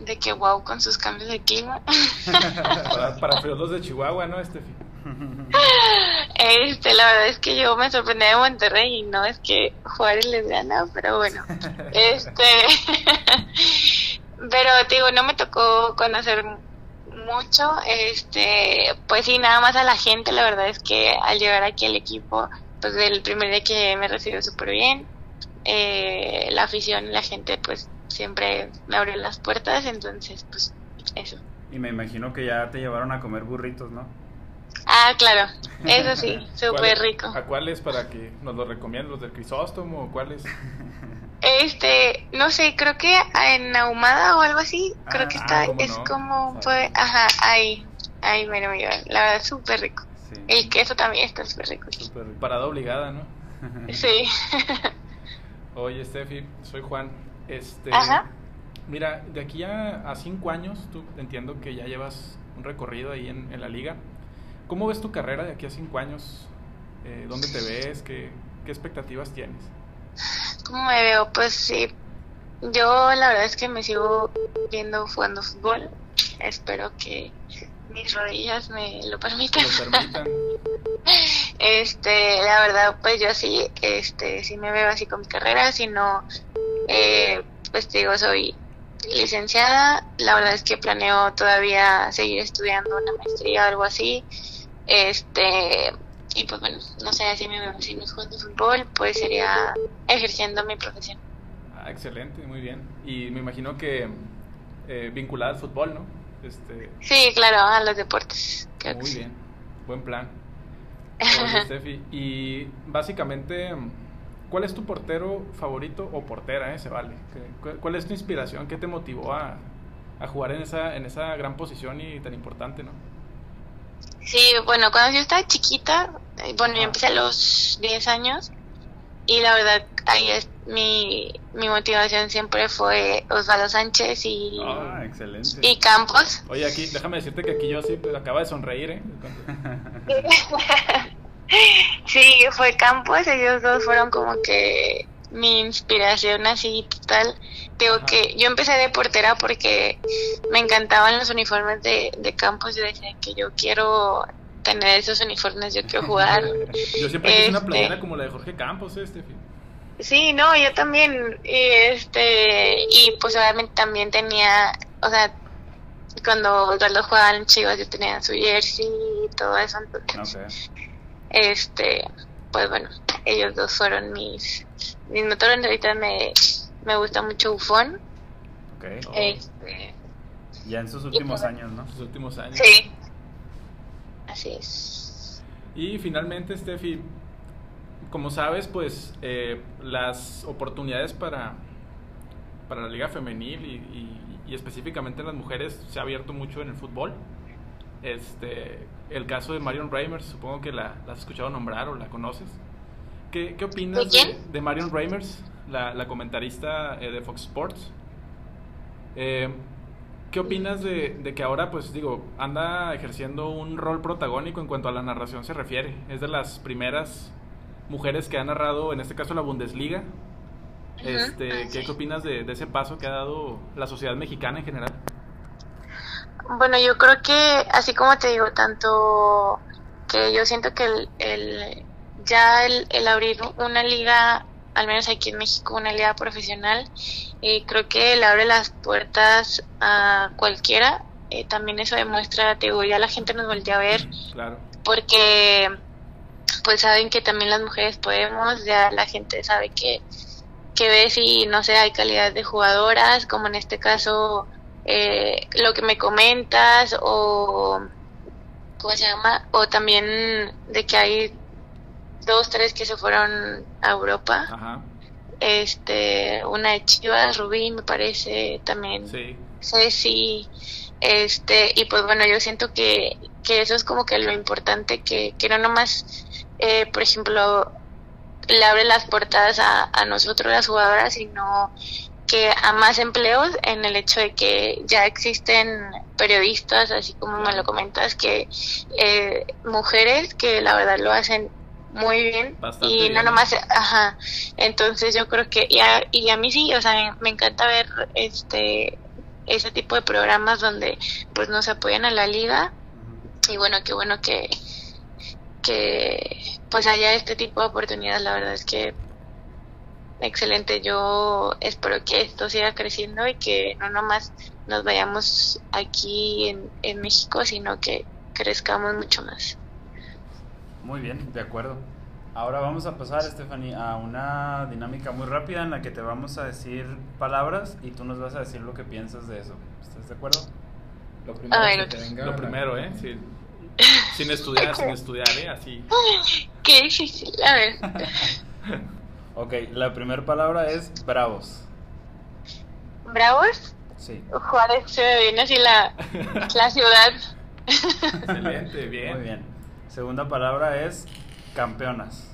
de que wow con sus cambios de clima.
para, para periodos de Chihuahua, ¿no, Estefi?
Este, la verdad es que yo me sorprendí de Monterrey y no es que Juárez les gana, pero bueno. Este, [LAUGHS] pero digo, no me tocó conocer mucho, este, pues sí, nada más a la gente, la verdad es que al llegar aquí el equipo, pues el primer día que me recibió súper bien, eh, la afición, la gente, pues siempre me abrió las puertas, entonces, pues eso.
Y me imagino que ya te llevaron a comer burritos, ¿no?
Ah, claro, eso sí, súper rico.
¿A cuáles para que nos lo recomienden? ¿Los del Crisóstomo o cuáles?
Este, no sé, creo que en Ahumada o algo así, ah, creo que está, ah, es no? como, puede, ajá, ahí, ahí, bueno, mira, la verdad, súper rico. Sí. El queso también está súper rico.
Super rico. Parada obligada, ¿no?
Sí. [LAUGHS]
Oye, Steffi, soy Juan. Este, ajá. Mira, de aquí a, a cinco años, tú entiendo que ya llevas un recorrido ahí en, en la liga. ¿Cómo ves tu carrera de aquí a cinco años? Eh, ¿Dónde te ves? ¿Qué, ¿Qué expectativas tienes?
¿Cómo me veo? Pues sí, yo la verdad es que me sigo viendo jugando fútbol. Espero que mis rodillas me lo
Que
permitan.
lo permitan.
Este, la verdad, pues yo sí, este, sí me veo así con mi carrera, si no, eh, pues te digo, soy licenciada, la verdad es que planeo todavía seguir estudiando una maestría o algo así, este, y pues bueno, no sé, si me veo, si no es jugando fútbol, pues sería ejerciendo mi profesión.
Ah, excelente, muy bien. Y me imagino que eh, vinculada al fútbol, ¿no? Este,
Sí, claro, a los deportes, creo que
muy
sí.
bien, buen
[LAUGHS]
plan. Oye, Steffi, y básicamente, ¿cuál es tu portero favorito o portera, eh? Se vale. ¿Qué- cu- ¿Cuál es tu inspiración? ¿Qué te motivó a, a jugar en esa, en esa gran posición y tan importante, no?
Sí, bueno, cuando yo estaba chiquita, eh, bueno, yo
Ajá.
empecé a los 10 años y la verdad, ahí es mi, mi motivación siempre fue Osvaldo Sánchez y,
Ah, excelente.
y
[LAUGHS]
Campos.
Oye, aquí, déjame decirte que aquí yo sí pues, acaba de sonreír,
[LAUGHS]
¿eh?
Sí, fue Campos, ellos dos fueron como que mi inspiración así total. Digo
Ajá.
que yo empecé de portera porque me encantaban los uniformes de, de Campos, yo decía que yo quiero tener esos uniformes, yo
[LAUGHS]
quiero jugar.
Yo siempre quise una
Este.
playera como la de Jorge Campos, ¿eh, Steffi?
Sí, no, yo también. Y este, y pues obviamente también tenía, o sea, cuando Osvaldo jugaba en Chivas, yo tenía su jersey y todo eso. Entonces,
Ok.
este, pues bueno, ellos dos fueron mis, mis motores. Ahorita me, me gusta mucho Bufón.
Ok.
Este,
Ya en sus últimos años, ¿no?
Sus últimos años.
sí. Así es.
Y finalmente, Steffi, como sabes, pues eh, las oportunidades para, para la liga femenil y, y- y específicamente las mujeres se ha abierto mucho en el fútbol. Este, el caso de Marion Reimers, supongo que la, la has escuchado nombrar o la conoces. ¿Qué, qué opinas
¿De quién?
de Marion Reimers, la, la comentarista eh, de Fox Sports? Eh, ¿Qué opinas de, de que ahora, pues digo, anda ejerciendo un rol protagónico en cuanto a la narración se refiere? Es de las primeras mujeres que ha narrado, en este caso, la Bundesliga.
Ujú.
Este,
Ah,
¿qué,
sí.
qué opinas de, de ese paso que ha dado la sociedad mexicana en general?
Bueno, yo creo que, así como te digo, tanto que yo siento que el, el- ya el, el abrir una liga, al menos aquí en México, una liga profesional, eh, creo que le abre las puertas a cualquiera. Eh, también eso demuestra, te digo, ya la gente nos voltea a ver
Claro.
porque pues saben que también las mujeres podemos, ya la gente sabe que, que ve si, no sé, hay calidad de jugadoras, como en este caso eh, lo que me comentas, o ¿cómo se llama? O también de que hay dos, tres que se fueron a Europa,
Ajá.
este, una de Chivas, Rubí me parece, también
Sí.
Ceci, este, y pues bueno, yo siento que, que eso es como que lo importante, que, que no nomás, eh, por ejemplo, le abre las puertas a, a nosotros las jugadoras, sino que a más empleos en el hecho de que ya existen periodistas, así como me lo comentas, que eh, mujeres que la verdad lo hacen muy bien
Bastante
y no
bien.
nomás, ajá, entonces yo creo que, y a, y a mí sí, o sea, me encanta ver este ese tipo de programas donde pues nos apoyan a la liga y bueno, qué bueno que que pues haya este tipo de oportunidades, la verdad es que excelente, yo espero que esto siga creciendo y que no nomás nos vayamos aquí en, en México, sino que crezcamos mucho más.
Muy bien, de acuerdo. Ahora vamos a pasar, Stephanie, a una dinámica muy rápida en la que te vamos a decir palabras y tú nos vas a decir lo que piensas de eso. ¿Estás de acuerdo?
Lo primero
Ay,
que
no.
te venga a
Lo
la-
primero, ¿eh?
[LAUGHS]
Sí. Sin estudiar, sin estudiar, ¿eh? Así.
Qué difícil,
[LAUGHS]
a ver.
Ok, la primera palabra es bravos.
¿Bravos?
Sí.
Juárez se me viene así la, la ciudad.
Excelente, bien.
[LAUGHS] Muy bien. Segunda palabra es campeonas.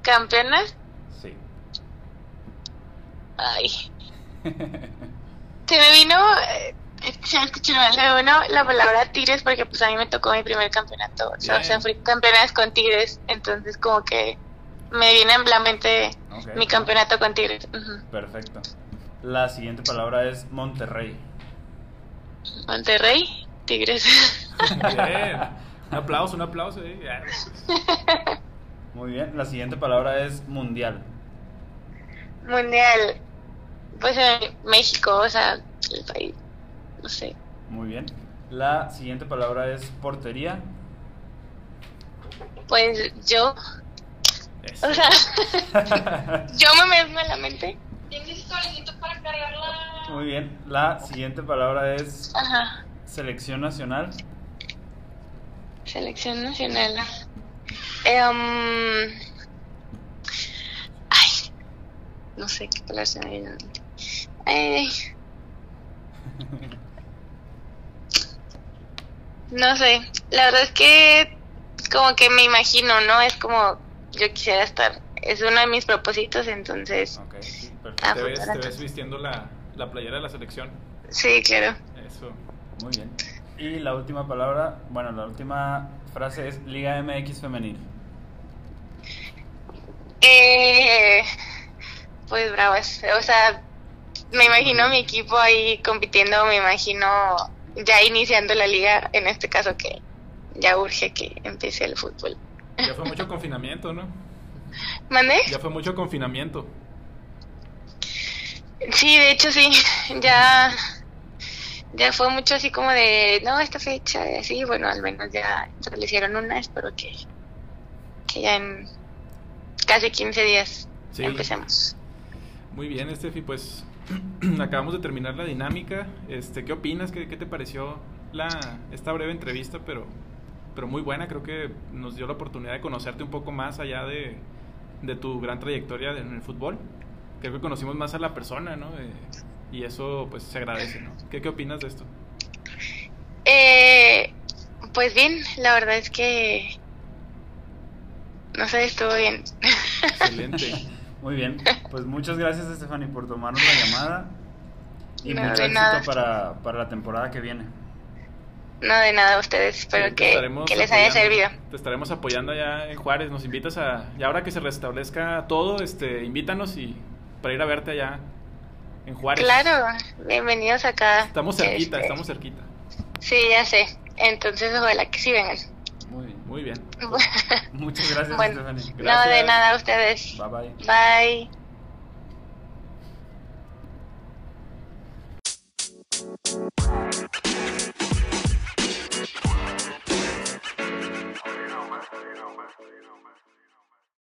¿Campeonas?
Sí.
Ay. Se me vino, eh, se me escuchó mal, se me vino la palabra Tigres porque pues a mí me tocó mi primer campeonato. O sea,
Bien.
o sea, fui campeonas con Tigres, entonces como que me viene en la mente
Ok.
mi campeonato con Tigres. Ujú.
Perfecto. La siguiente palabra es Monterrey.
Monterrey, Tigres. [LAUGHS]
Bien. Un aplauso, un aplauso. eh.
Muy bien. La siguiente palabra es mundial.
Mundial, pues eh, México, o sea, el país, no sé.
Muy bien. La siguiente palabra es portería.
Pues yo,
Eso.
[LAUGHS] o sea, yo me meto en la mente.
¿Tienes solicito para cargarla?
Muy bien. La siguiente palabra es
Ajá,
selección nacional.
selección nacional. Eh, um, ay, no sé qué palabra se me viene a la mente. Ay. No sé, la verdad es que como que me imagino, ¿no? Es como yo quisiera estar. Es uno de mis propósitos, entonces,
Ok, perfecto.
Ah,
Te ves, te
futuro.
ves vistiendo la, la playera de la selección.
sí, claro.
Eso.
Muy bien. Y la última palabra, bueno, la última frase es Liga MX femenil.
Eh, pues bravas, o sea, me imagino mi equipo ahí compitiendo, me imagino ya iniciando la liga, en este caso que ya urge que empiece el fútbol.
Ya fue mucho confinamiento, ¿no?
¿Mande?
Ya fue mucho confinamiento.
Sí, de hecho sí, [LAUGHS] ya, ya fue mucho así como de, no, esta fecha, y así, bueno, al menos ya establecieron una, espero que, que ya en casi 15 días
Sí.
empecemos.
Muy bien, Estefi, pues [CLEARS THROAT] acabamos de terminar la dinámica. Este, ¿Qué opinas? ¿Qué, qué te pareció la, esta breve entrevista? Pero, pero muy buena, creo que nos dio la oportunidad de conocerte un poco más allá de, de tu gran trayectoria en el fútbol. Creo que conocimos más a la persona, ¿no? Eh, y eso pues se agradece, ¿no? ¿Qué, qué opinas de esto?
Eh, pues bien, la verdad es que no sé, estuvo bien.
Excelente.
Muy bien. Pues muchas gracias, Stephanie, por tomarnos la llamada. Y
No,
mucho
de nada.
éxito para, para la temporada que viene.
No de nada a ustedes,
Sí,
espero
te
que,
estaremos
que les haya
apoyando.
servido.
Te estaremos apoyando allá en Juárez. Nos invitas a. Y ahora que se restablezca todo, este, invítanos y para ir a verte allá en Juárez.
Claro, bienvenidos acá.
Estamos cerquita,
Este,
estamos cerquita.
Sí, ya sé. Entonces, ojalá que sí vengan.
Muy bien.
Muy bien.
Muchas gracias,
Bueno,
Stephanie.
No de
Gracias.
nada a ustedes.
Bye bye.
Bye.